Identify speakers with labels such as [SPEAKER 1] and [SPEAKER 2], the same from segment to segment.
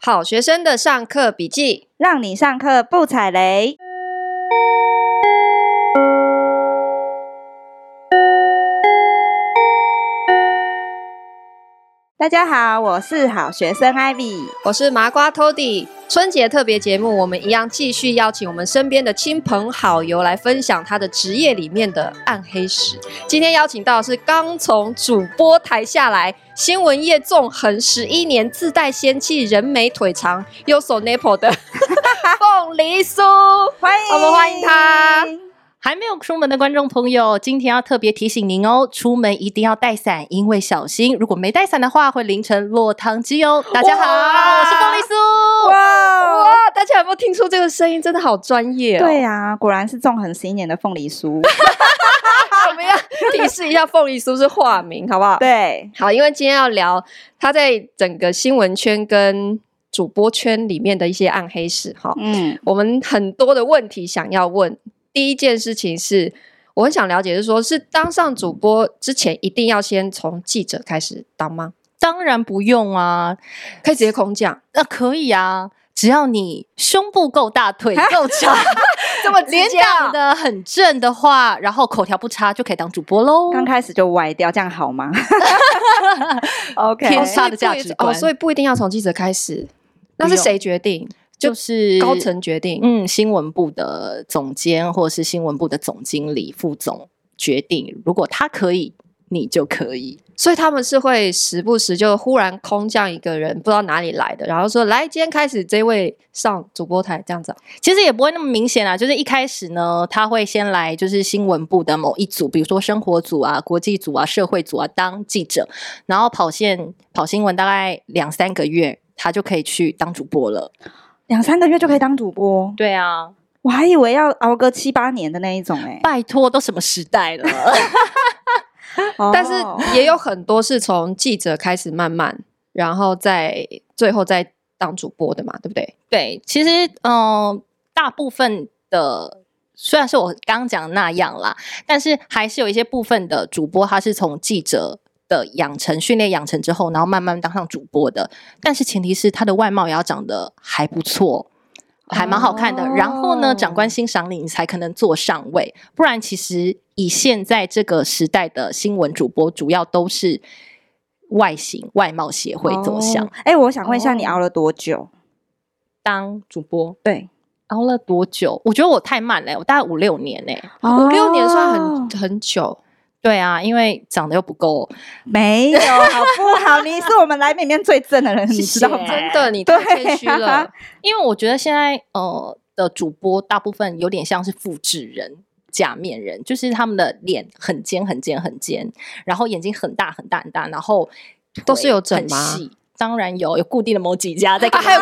[SPEAKER 1] 好学生的上课笔记。
[SPEAKER 2] 让你上课不踩雷。大家好，我是好学生 Ivy。
[SPEAKER 1] 我是麻瓜 Tody。春节特别节目，我们一样继续邀请我们身边的亲朋好友来分享他的职业里面的暗黑史。今天邀请到的是刚从主播台下来，新闻业纵横十一年，自带仙气，人美腿长，右手 Naple 的凤梨酥。
[SPEAKER 2] 欢迎
[SPEAKER 1] 我们欢迎他。
[SPEAKER 3] 还没有出门的观众朋友，今天要特别提醒您哦，出门一定要带伞，因为小心，如果没带伞的话，会淋成落汤鸡哦。大家好，
[SPEAKER 1] 哇
[SPEAKER 3] 我是凤梨酥。
[SPEAKER 2] 哇哦，
[SPEAKER 1] 哇，大家有没有听出这个声音？真的好专业哦。
[SPEAKER 2] 对呀、果然是纵横十一年的凤梨酥。
[SPEAKER 1] 我们要提示一下，凤梨酥是化名，好不好？
[SPEAKER 2] 对，
[SPEAKER 1] 好，因为今天要聊他在整个新闻圈跟主播圈里面的一些暗黑史哈。
[SPEAKER 2] 嗯，
[SPEAKER 1] 我们很多的问题想要问，第一件事情是，我很想了解，是说，是当上主播之前，一定要先从记者开始当吗？
[SPEAKER 3] 当然不用啊，
[SPEAKER 1] 可以直接空降，
[SPEAKER 3] 那、可以啊，只要你胸部够大，腿够 长，
[SPEAKER 1] 这么啊
[SPEAKER 3] 脸长的很正的话，然后口条不差，就可以当主播喽。
[SPEAKER 2] 刚开始就歪掉，这样好吗 ？OK，
[SPEAKER 3] 天
[SPEAKER 1] 哦，
[SPEAKER 3] 使
[SPEAKER 1] 所以
[SPEAKER 3] 的价
[SPEAKER 1] 不一
[SPEAKER 3] 值
[SPEAKER 1] 哦，
[SPEAKER 3] 观
[SPEAKER 1] 所以不一定要从记者开始，那
[SPEAKER 3] 不
[SPEAKER 1] 是
[SPEAKER 3] 用
[SPEAKER 1] 谁决定？
[SPEAKER 3] 就是
[SPEAKER 1] 高层决定。
[SPEAKER 3] 嗯，新闻部的总监或者是新闻部的总经理、副总决定，如果他可以，你就可以。
[SPEAKER 1] 所以他们是会时不时就忽然空降一个人，不知道哪里来的，然后说来，今天开始这位上主播台这样子啊、
[SPEAKER 3] 其实也不会那么明显啦，啊就是一开始呢，他会先来就是新闻部的某一组，比如说生活组啊、国际组啊、社会组啊当记者，然后跑线跑新闻大概两三个月，他就可以去当主播了。
[SPEAKER 2] 两三个月就可以当主播，
[SPEAKER 3] 对啊，
[SPEAKER 2] 我还以为要熬个七八年的那一种哎、
[SPEAKER 3] 拜托，都什么时代了？
[SPEAKER 2] 哦
[SPEAKER 1] 但是也有很多是从记者开始慢慢，然后再最后再当主播的嘛，对不对？
[SPEAKER 3] 对，其实嗯、呃大部分的虽然是我刚刚讲的那样啦，但是还是有一些部分的主播他是从记者。的养成训练养成之后，然后慢慢当上主播的，但是前提是他的外貌也要长得还不错，还蛮好看的。然后
[SPEAKER 2] 哦
[SPEAKER 3] 呢，长官欣赏你，你才可能坐上位。不然，其实以现在这个时代的新闻主播，主要都是外形、外貌协会走向。
[SPEAKER 2] 哦哎、我想问一下，
[SPEAKER 1] 哦
[SPEAKER 2] 你熬了多久？
[SPEAKER 3] 当主播
[SPEAKER 2] 对，
[SPEAKER 3] 熬了多久？我觉得我太慢了，我大概五六年呢、
[SPEAKER 1] 五六年算很很久，
[SPEAKER 3] 对啊，因为长得又不够，
[SPEAKER 2] 没有，好不好？你是我们来宾里面最正的人，你
[SPEAKER 3] 谢
[SPEAKER 2] 知道吗？
[SPEAKER 3] 谢
[SPEAKER 1] 真的你
[SPEAKER 2] 对
[SPEAKER 1] 太谦虚了
[SPEAKER 2] 啊。
[SPEAKER 3] 因为我觉得现在呃的主播大部分有点像是复制人、假面人，就是他们的脸很尖、很尖、很尖，然后眼睛很大、很大、很大，然后腿
[SPEAKER 1] 都是有整
[SPEAKER 3] 很
[SPEAKER 1] 吗哎
[SPEAKER 3] 细？当然有，有固定的某几家 在干嘛。
[SPEAKER 1] 还有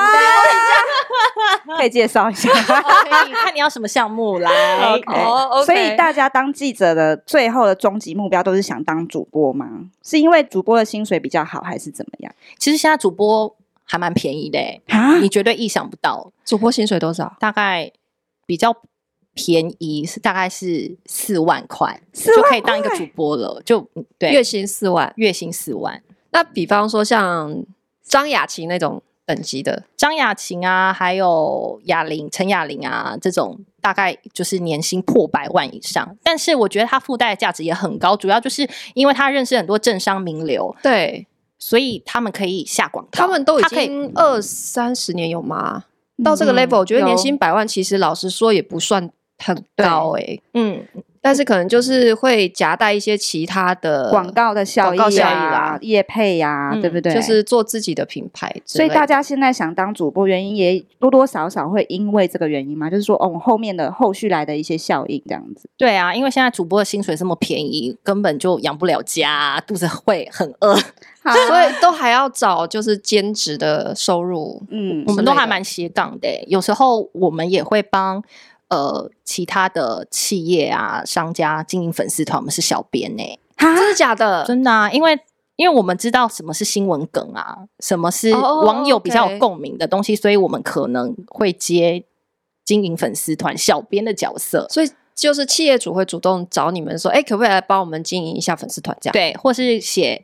[SPEAKER 2] 可以介绍 一下。
[SPEAKER 3] 可以看你要什么项目来。
[SPEAKER 2] OK
[SPEAKER 1] 哦
[SPEAKER 2] 所以大家当记者的最后的终极目标都是想当主播吗？是因为主播的薪水比较好，还是怎么样？
[SPEAKER 3] 其实现在主播还蛮便宜的、欸，
[SPEAKER 2] 啊
[SPEAKER 3] 你绝对意想不到。
[SPEAKER 1] 主播薪水多少？
[SPEAKER 3] 大概比较便宜，是大概是四万块
[SPEAKER 2] 4万
[SPEAKER 3] 就可以当一个主播了，就嗯对
[SPEAKER 1] 月薪四万。
[SPEAKER 3] 月薪四万。
[SPEAKER 1] 那比方说像张雅琴那种等级的，
[SPEAKER 3] 张雅琴啊，还有雅玲、陈雅玲啊，这种大概就是年薪破百万以上，但是我觉得她附带的价值也很高，主要就是因为她认识很多政商名流，
[SPEAKER 1] 对
[SPEAKER 3] 所以他们可以下广告，
[SPEAKER 1] 他们都已
[SPEAKER 3] 她可以嗯
[SPEAKER 1] 经二三十年有吗？到这个
[SPEAKER 2] 嗯
[SPEAKER 1] level，我觉得年
[SPEAKER 2] 有
[SPEAKER 1] 薪百万其实老实说也不算很高欸诶、
[SPEAKER 3] 嗯，
[SPEAKER 1] 但是可能就是会夹带一些其他的
[SPEAKER 2] 广，告的效益、啊、
[SPEAKER 1] 广告效益啦
[SPEAKER 2] 业配呀、
[SPEAKER 3] 嗯
[SPEAKER 2] 对不对？
[SPEAKER 1] 就是做自己的品牌之
[SPEAKER 2] 所
[SPEAKER 1] 类
[SPEAKER 2] 以
[SPEAKER 1] 的。
[SPEAKER 2] 大家现在想当主播，原因也多多少少会因为这个原因嘛，就是说，哦，我后面的后续来的一些效应这样子。
[SPEAKER 3] 对啊，因为现在主播的薪水这么便宜，根本就养不了家，肚子会很饿。
[SPEAKER 1] 所以都还要找就是兼职的收入。
[SPEAKER 2] 嗯
[SPEAKER 3] 我
[SPEAKER 1] 之
[SPEAKER 3] 们都
[SPEAKER 1] 类
[SPEAKER 3] 还
[SPEAKER 1] 的
[SPEAKER 3] 蛮斜杠的欸、有时候我们也会帮呃其他的企业啊、商家经营粉丝团，我们是小编呢、
[SPEAKER 2] 啊
[SPEAKER 1] 真的假的？
[SPEAKER 3] 真的啊，因为。因为我们知道什么是新闻梗啊，什么是
[SPEAKER 1] 哦哦哦
[SPEAKER 3] 网友比较有
[SPEAKER 1] OK
[SPEAKER 3] 共鸣的东西所以我们可能会接经营粉丝团小编的角色，
[SPEAKER 1] 所以就是企业主会主动找你们说，哎、可不可以来帮我们经营一下粉丝团这样？
[SPEAKER 3] 对，或是写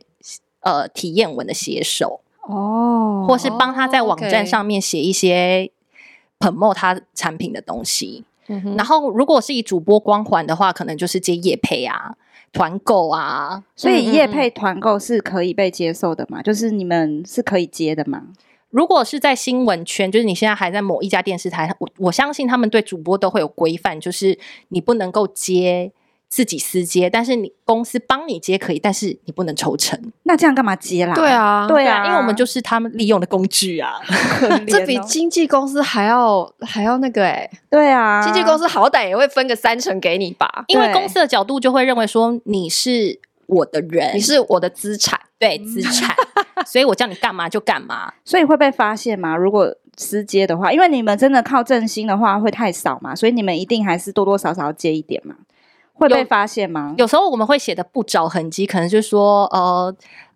[SPEAKER 3] 呃体验文的写手，
[SPEAKER 2] 哦
[SPEAKER 3] 或是帮他在网站
[SPEAKER 1] OK
[SPEAKER 3] 上面写一些 promote 他产品的东西。
[SPEAKER 1] 嗯哼
[SPEAKER 3] 然后，如果是以主播光环的话，可能就是接业配啊、团购啊。
[SPEAKER 2] 所以
[SPEAKER 1] 嗯
[SPEAKER 2] 业
[SPEAKER 1] 嗯嗯
[SPEAKER 2] 配团购是可以被接受的嘛？就是你们是可以接的嘛？
[SPEAKER 3] 如果是在新闻圈，就是你现在还在某一家电视台，我我相信他们对主播都会有规范，就是你不能够接自己私接，但是你公司帮你接可以，但是你不能抽成。
[SPEAKER 2] 那这样干嘛接啦？
[SPEAKER 1] 对，啊，
[SPEAKER 2] 对
[SPEAKER 3] 啊，
[SPEAKER 2] 啊，
[SPEAKER 3] 因为我们就是他们利用的工具啊。
[SPEAKER 2] 可怜哦
[SPEAKER 1] 这比经纪公司还要还要那个哎、
[SPEAKER 2] 对啊，
[SPEAKER 1] 经纪公司好歹也会分个三成给你吧？
[SPEAKER 3] 因为
[SPEAKER 2] 对
[SPEAKER 3] 公司的角度就会认为说你是我的人，
[SPEAKER 1] 你是我的资产，
[SPEAKER 3] 对资产，所以我叫你干嘛就干嘛。
[SPEAKER 2] 所以会被发现吗？如果私接的话，因为你们真的靠正兴的话会太少嘛，所以你们一定还是多多少少要接一点嘛，会被
[SPEAKER 3] 有
[SPEAKER 2] 发现吗？
[SPEAKER 3] 有时候我们会写的不着痕迹，可能就是说呃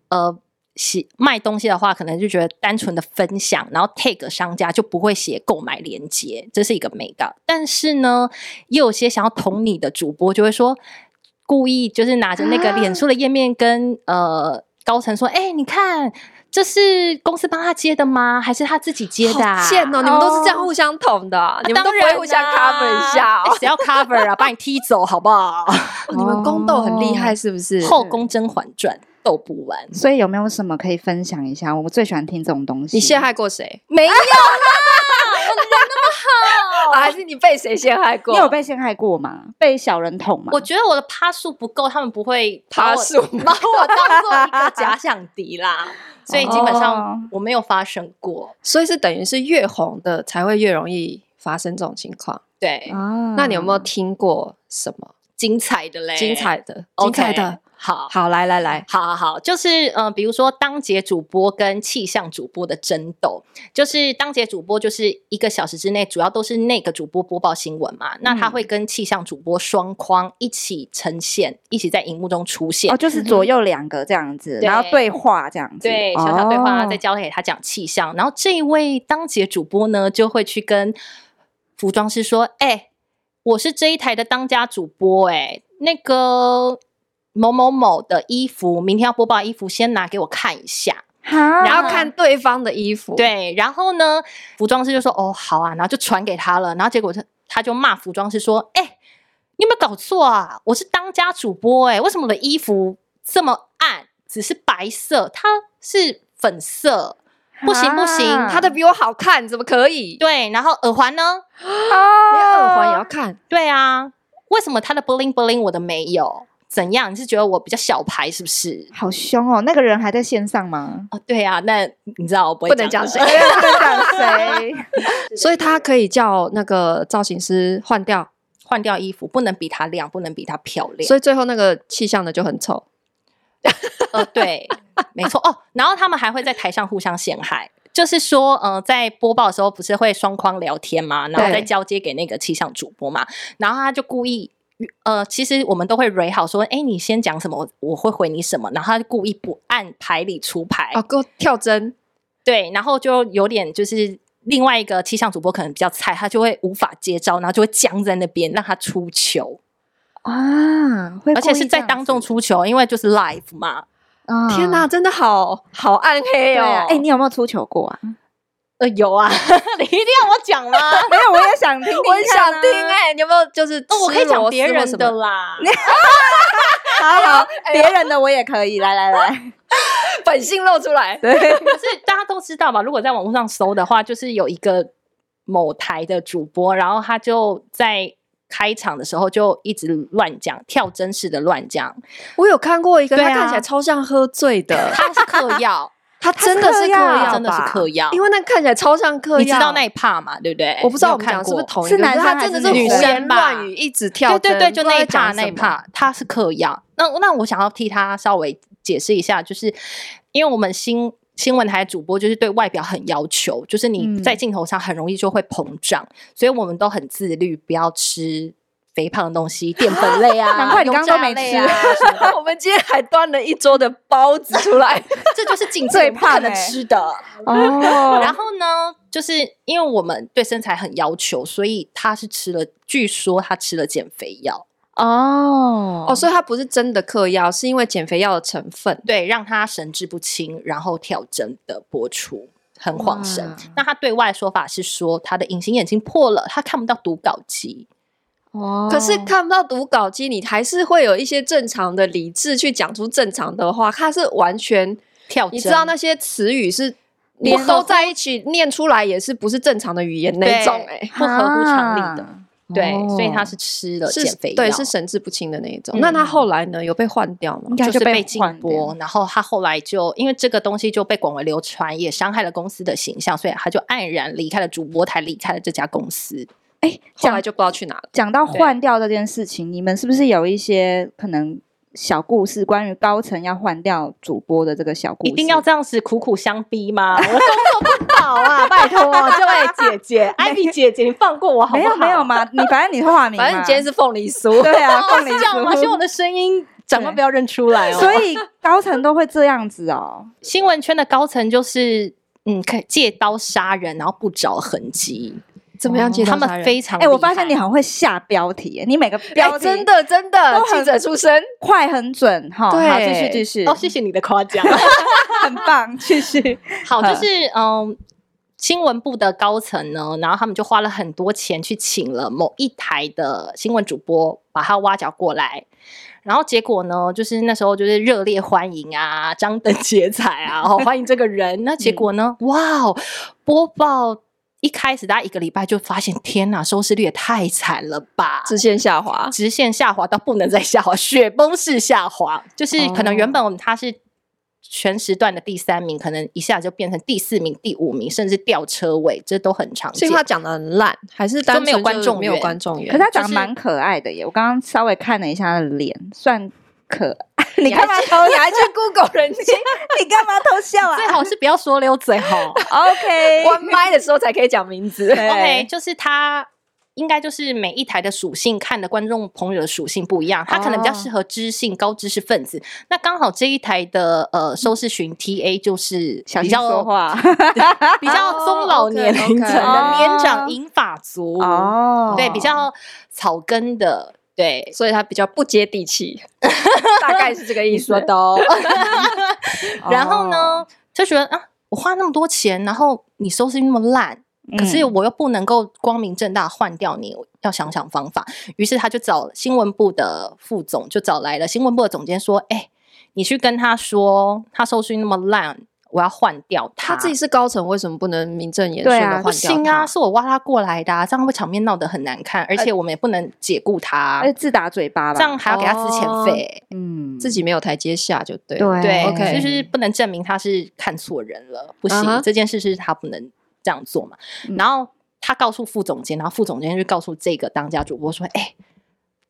[SPEAKER 3] 呃。写卖东西的话，可能就觉得单纯的分享，然后 tag 商家就不会写购买链接，这是一个美感。但是呢，也有些想要捅你的主播就会说，故意就是拿着那个
[SPEAKER 1] 啊
[SPEAKER 3] 脸书的页面跟、呃高层说，哎、你看这是公司帮他接的吗？还是他自己接的、啊？
[SPEAKER 1] 好贱哦！你们都是这样互相捅的啊，你们都不会互相 cover 一下哦
[SPEAKER 3] 当然啦 谁要 cover 啊？把你踢走好不好？
[SPEAKER 1] 哦你们宫斗很厉害是不是？嗯
[SPEAKER 3] 后宫《甄嬛传》斗不完，
[SPEAKER 2] 所以有没有什么可以分享一下？我最喜欢听这种东西。
[SPEAKER 1] 你陷害过谁？
[SPEAKER 3] 没有
[SPEAKER 1] 啊还是你被谁陷害过？
[SPEAKER 2] 你有被陷害过吗？被小人捅吗？
[SPEAKER 3] 我觉得我的趴数不够，他们不会把
[SPEAKER 1] 爬
[SPEAKER 3] 我
[SPEAKER 1] 树
[SPEAKER 3] 把我当做一个假想敌啦。所以基本
[SPEAKER 1] 哦
[SPEAKER 3] 上我没有发生过。
[SPEAKER 1] 所以是等于是越红的才会越容易发生这种情况。
[SPEAKER 3] 对，
[SPEAKER 1] 嗯
[SPEAKER 2] 啊
[SPEAKER 1] 那你有没有听过什么
[SPEAKER 3] 精彩的嘞，
[SPEAKER 1] 精彩的？精
[SPEAKER 3] ，OK，
[SPEAKER 1] 彩的，
[SPEAKER 3] 好。
[SPEAKER 1] 好，来来来，
[SPEAKER 3] 好好好，就是呃，比如说当节主播跟气象主播的争斗，就是当节主播就是一个小时之内，主要都是那个主播播报新闻嘛，那
[SPEAKER 1] 嗯
[SPEAKER 3] 他会跟气象主播双框一起呈现，一起在荧幕中出现。
[SPEAKER 2] 哦，就是左右两个这样子，
[SPEAKER 3] 对
[SPEAKER 2] 然后对话这样子，
[SPEAKER 3] 对，小小对话
[SPEAKER 2] 哦
[SPEAKER 3] 再交给他讲气象，然后这一位当节主播呢，就会去跟服装师说：“哎、我是这一台的当家主播、哎，那个某某某的衣服，明天要播报的衣服，先拿给我看一下。”
[SPEAKER 2] 哈，
[SPEAKER 1] 然后看对方的衣服，，
[SPEAKER 3] 对，然后呢，服装师就说：“哦，好啊。”然后就传给他了，然后结果他他就骂服装师说：“哎、你有没有搞错啊？我是当家主播哎、为什么我的衣服这么暗，只是白色，它是粉色？不行不行
[SPEAKER 2] 啊
[SPEAKER 1] 他的比我好看，怎么可以？
[SPEAKER 3] 对，然后耳环呢？
[SPEAKER 1] 连耳环也
[SPEAKER 2] 哦
[SPEAKER 1] 要，看，
[SPEAKER 3] 对啊，为什么他的 bling bling 我的没有？怎样？你是觉得我比较小牌是不是？”
[SPEAKER 2] 好凶哦！那个人还在线上 吗？
[SPEAKER 3] 哦，对啊，那你知道我不会
[SPEAKER 1] 不能讲
[SPEAKER 3] 的
[SPEAKER 1] 谁
[SPEAKER 2] 哎呀不能讲谁？
[SPEAKER 1] 所以他可以叫那个造型师换掉，
[SPEAKER 3] 换掉衣服，不能比她亮，不能比她漂亮。
[SPEAKER 1] 所以最后那个气象的就很丑。
[SPEAKER 3] 呃，对，没错哦。然后他们还会在台上互相陷害，就是说，呃，在播报的时候不是会双框聊天嘛，然后再
[SPEAKER 1] 对
[SPEAKER 3] 交接给那个气象主播嘛，然后他就故意。呃，其实我们都会蕊好说，哎，你先讲什么，我我会回你什么，然后他就故意不按牌理出牌，
[SPEAKER 1] 哦，给我跳针，
[SPEAKER 3] 对，然后就有点就是另外一个气象主播可能比较菜，他就会无法接招，然后就会僵在那边让他出糗，
[SPEAKER 2] 啊，会
[SPEAKER 3] 而且
[SPEAKER 2] 故意
[SPEAKER 3] 是
[SPEAKER 2] 这
[SPEAKER 3] 在
[SPEAKER 2] 样
[SPEAKER 3] 当众
[SPEAKER 2] 子，
[SPEAKER 3] 出糗，因为就是 live 嘛，嗯
[SPEAKER 2] 啊
[SPEAKER 1] 天哪，！真的好好暗黑
[SPEAKER 2] 对
[SPEAKER 1] 哦！
[SPEAKER 2] 啊，哎，你有没有出糗过啊？
[SPEAKER 3] 呃，有啊， 你一定要我讲吗？
[SPEAKER 2] 没有， 我也想听，啊
[SPEAKER 1] 我很想听。 哎、你有没有就是
[SPEAKER 3] 哦，我可以
[SPEAKER 1] 吃螺
[SPEAKER 3] 讲
[SPEAKER 1] 丝
[SPEAKER 3] 别
[SPEAKER 1] 或
[SPEAKER 3] 人
[SPEAKER 1] 什
[SPEAKER 3] 的
[SPEAKER 1] 么，
[SPEAKER 3] 啦。
[SPEAKER 2] 好好，别人的我也可以，来来来，
[SPEAKER 1] 本性露出来。
[SPEAKER 2] 对，
[SPEAKER 3] 可是大家都知道吧？如果在网络上搜的话，就是有一个某台的主播，然后他就在开场的时候就一直乱讲，跳针式的乱讲，
[SPEAKER 1] 我有看过一个，
[SPEAKER 3] 对啊
[SPEAKER 1] 他看起来超像喝醉的，
[SPEAKER 3] 他是嗑 药，
[SPEAKER 1] 他
[SPEAKER 2] 是
[SPEAKER 1] 真的是嗑
[SPEAKER 2] 嗑药
[SPEAKER 1] 药吧，
[SPEAKER 3] 啊真的是嗑药。
[SPEAKER 1] 因为那看起来超像嗑药。
[SPEAKER 3] 你知道那一帕嘛？对不对？
[SPEAKER 1] 我不知道我
[SPEAKER 3] 你
[SPEAKER 1] 们
[SPEAKER 3] 有
[SPEAKER 1] 讲
[SPEAKER 3] 看
[SPEAKER 1] 的是不是
[SPEAKER 3] 过
[SPEAKER 1] 同一
[SPEAKER 2] 是
[SPEAKER 1] 个，
[SPEAKER 2] 男
[SPEAKER 1] 可
[SPEAKER 2] 生
[SPEAKER 1] 他
[SPEAKER 2] 还
[SPEAKER 1] 真的
[SPEAKER 2] 是
[SPEAKER 1] 是胡
[SPEAKER 3] 女
[SPEAKER 1] 言
[SPEAKER 3] 生吧
[SPEAKER 1] 乱语，一直跳
[SPEAKER 3] 对
[SPEAKER 1] 针，
[SPEAKER 3] 对对，就
[SPEAKER 1] 不知道
[SPEAKER 3] 那
[SPEAKER 1] 在
[SPEAKER 3] 一趴
[SPEAKER 1] 讲
[SPEAKER 3] 那一
[SPEAKER 1] 什么
[SPEAKER 3] 趴，他是嗑药。那那我想要替他稍微解释一下，就是因为我们新新闻台主播就是对外表很要求，就是你
[SPEAKER 2] 嗯
[SPEAKER 3] 在镜头上很容易就会膨胀，所以我们都很自律，不要吃肥胖的东西，淀粉类啊，
[SPEAKER 2] 难怪你刚刚都没
[SPEAKER 3] 油炸类啊什么的
[SPEAKER 1] 我们今天还端了一桌的包子出来，
[SPEAKER 3] 这就是 颈
[SPEAKER 2] 最
[SPEAKER 3] 椎不可
[SPEAKER 2] 胖
[SPEAKER 3] 能
[SPEAKER 2] 欸
[SPEAKER 3] 吃的。
[SPEAKER 2] 哦，
[SPEAKER 3] 然后呢，就是因为我们对身材很要求，所以他是吃了，据说他吃了减肥药。
[SPEAKER 2] 哦
[SPEAKER 1] 哦，所以它不是真的嗑药，是因为减肥药的成分。
[SPEAKER 3] 对，让他神志不清，然后跳针的播出，很晃神
[SPEAKER 2] 哇。
[SPEAKER 3] 那他对外说法是说他的隐形眼镜破了，他看不到读稿机。
[SPEAKER 2] 哦
[SPEAKER 1] 可是看不到读稿机，你还是会有一些正常的理智去讲出正常的话。它是完全，
[SPEAKER 3] 跳针，
[SPEAKER 1] 你知道那些词语是连
[SPEAKER 3] 合
[SPEAKER 1] 都
[SPEAKER 3] 乎
[SPEAKER 1] 在一起念出来，也是不是正常的语言那
[SPEAKER 3] 对
[SPEAKER 1] 种、哎，
[SPEAKER 3] 不合乎常理的，
[SPEAKER 2] 啊
[SPEAKER 3] 对，
[SPEAKER 2] 哦
[SPEAKER 3] 所以他是吃了
[SPEAKER 1] 是
[SPEAKER 3] 减肥药，
[SPEAKER 1] 对，是神志不清的那一种。
[SPEAKER 3] 嗯
[SPEAKER 1] 那他后来呢？有被换掉吗
[SPEAKER 2] 应？该
[SPEAKER 3] 就是
[SPEAKER 2] 被
[SPEAKER 3] 禁
[SPEAKER 2] 换掉
[SPEAKER 3] 播，然后他后来就因为这个东西就被广为流传，也伤害了公司的形象，所以他就黯然离开了主播台，离开了这家公司。
[SPEAKER 2] 哎，
[SPEAKER 1] 后
[SPEAKER 2] 讲
[SPEAKER 1] 来就不知道去哪了。
[SPEAKER 2] 讲到换掉这件事情，你们是不是有一些可能小故事，关于高层要换掉主播的这个小故事？
[SPEAKER 3] 一定要这样子苦苦相逼 吗？我工作不保啊，拜托这位姐姐， 艾米姐姐，你放过我好不好？哦
[SPEAKER 2] 没有没有嘛？你反正你是化名嘛，
[SPEAKER 1] 反正你今天是凤梨酥，
[SPEAKER 2] 对啊，凤梨
[SPEAKER 3] 是这样 吗？希望我的声音长官不要认出来哦。
[SPEAKER 2] 所以高层都会这样子哦。
[SPEAKER 3] 新闻圈的高层就是。嗯，可以借刀杀人，然后不着痕迹，
[SPEAKER 1] 怎么样接
[SPEAKER 3] 他
[SPEAKER 1] 到杀
[SPEAKER 3] 们
[SPEAKER 1] 人？
[SPEAKER 3] 非常
[SPEAKER 2] 哎，我发
[SPEAKER 3] 厉害
[SPEAKER 2] 现你好会下标题耶，你每个
[SPEAKER 1] 哎、
[SPEAKER 2] 标题
[SPEAKER 1] 真的真的
[SPEAKER 2] 都，很
[SPEAKER 1] 记者出身，
[SPEAKER 2] 快很准哈。
[SPEAKER 1] 对
[SPEAKER 2] 好，继续继续，
[SPEAKER 3] 哦，谢谢你的夸奖。
[SPEAKER 2] 很棒，继续。
[SPEAKER 3] 好，就
[SPEAKER 2] 嗯
[SPEAKER 3] 是嗯。新闻部的高层呢，然后他们就花了很多钱去请了某一台的新闻主播，把他挖角过来。然后结果呢，就是那时候就是热烈欢迎啊，张灯结彩啊，哦，欢迎这个人。那结果呢，哇哦，播报一开始大家一个礼拜就发现，天呐，收视率也太惨了吧！
[SPEAKER 1] 直线下滑。
[SPEAKER 3] 直线下滑到不能再下滑，雪崩式下滑，就是可能原本我们它是全时段的第三名，可能一下就变成第四名、第五名，甚至掉车尾，这都很常
[SPEAKER 1] 是
[SPEAKER 3] 见
[SPEAKER 1] 因为。他讲的很烂，还是单纯
[SPEAKER 3] 就没有观
[SPEAKER 1] 就是
[SPEAKER 3] 众
[SPEAKER 1] 没有
[SPEAKER 3] 缘
[SPEAKER 1] 观众缘？
[SPEAKER 2] 可是他长
[SPEAKER 3] 就
[SPEAKER 2] 得
[SPEAKER 3] 是
[SPEAKER 2] 蛮可爱的耶，我刚刚稍微看了一下他的脸，算 可爱。你
[SPEAKER 3] 你
[SPEAKER 2] 干
[SPEAKER 3] 还
[SPEAKER 2] 嘛 偷？
[SPEAKER 1] 你还去 Google 人家
[SPEAKER 2] 你干嘛偷笑啊
[SPEAKER 3] 最好是不要说溜嘴 哈。
[SPEAKER 2] ？OK，
[SPEAKER 1] 关麦的时候才可以讲名字。
[SPEAKER 2] 对
[SPEAKER 3] OK，就是它应该就是每一台的属性看的观众朋友的属性不一样，它可能比
[SPEAKER 1] 哦
[SPEAKER 3] 较适合知性、高知识分子。那刚好这一台的呃收视群 TA 就是
[SPEAKER 2] 小
[SPEAKER 3] 比
[SPEAKER 2] 心
[SPEAKER 3] 较
[SPEAKER 2] 说话
[SPEAKER 3] 比较中老年龄层
[SPEAKER 1] 哦
[SPEAKER 3] 的
[SPEAKER 2] ，OK，OK
[SPEAKER 3] 年长银发族
[SPEAKER 2] 哦
[SPEAKER 3] 对，比较草根的，对，
[SPEAKER 1] 所以他比较不接地气， 大概是这个意思。
[SPEAKER 3] 的 哦。然后
[SPEAKER 2] 哦，
[SPEAKER 3] 呢，就觉得啊，我花那么多钱，然后你收视率那么烂，可是
[SPEAKER 2] 嗯
[SPEAKER 3] 我又不能够光明正大换掉你，我要想想方法。于是他就找新闻部的副总，就找来了新闻部的总监，说：“哎、你去跟他说，他收视率那么烂，我要换掉他。”
[SPEAKER 1] 他自己是高层，为什么不能名正言顺
[SPEAKER 2] 对
[SPEAKER 1] 的
[SPEAKER 2] 啊
[SPEAKER 1] 换掉？
[SPEAKER 3] 不行啊，！是我挖他过来的、啊，这样会场面闹得很难看，而且我们也不能解雇他，
[SPEAKER 2] 而且自打嘴巴吧，
[SPEAKER 3] 这样还要给他资遣费。
[SPEAKER 2] 嗯
[SPEAKER 1] 自己没有台阶下就对。
[SPEAKER 2] 对
[SPEAKER 3] 对
[SPEAKER 1] 哦 OK
[SPEAKER 3] 就是不能证明他是看错人了，不行
[SPEAKER 1] 啊哈
[SPEAKER 3] 这件事是他不能这样做嘛。
[SPEAKER 2] 嗯
[SPEAKER 3] 然后他告诉副总监，然后副总监就告诉这个当家主播说：“哎、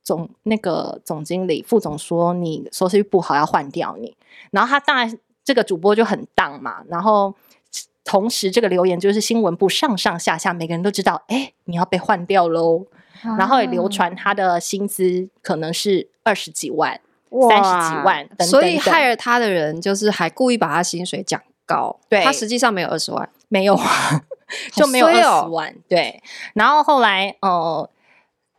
[SPEAKER 3] 总那个总经理副总说你收视率不好，要换掉你。”然后他当然这个主播就很当嘛，然后。同时，这个留言就是新闻部上上下下每个人都知道，哎、你要被换掉喽。
[SPEAKER 1] 啊
[SPEAKER 2] 啊
[SPEAKER 3] 然后也流传他的薪资可能是二十几万、三十几，
[SPEAKER 2] 哇
[SPEAKER 3] 万等等等，
[SPEAKER 1] 所以害了他的人，就是还故意把他薪水讲高。
[SPEAKER 3] 对
[SPEAKER 1] 他实际上没有二十万，
[SPEAKER 3] 没 有啊，就没有二
[SPEAKER 1] 衰哦
[SPEAKER 3] 十万。对，然后后来呃，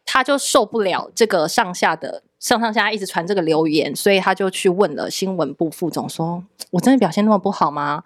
[SPEAKER 3] 他就受不了这个上下的上上下下一直传这个留言，所以他就去问了新闻部副总说：“我真的表现那么不好吗？”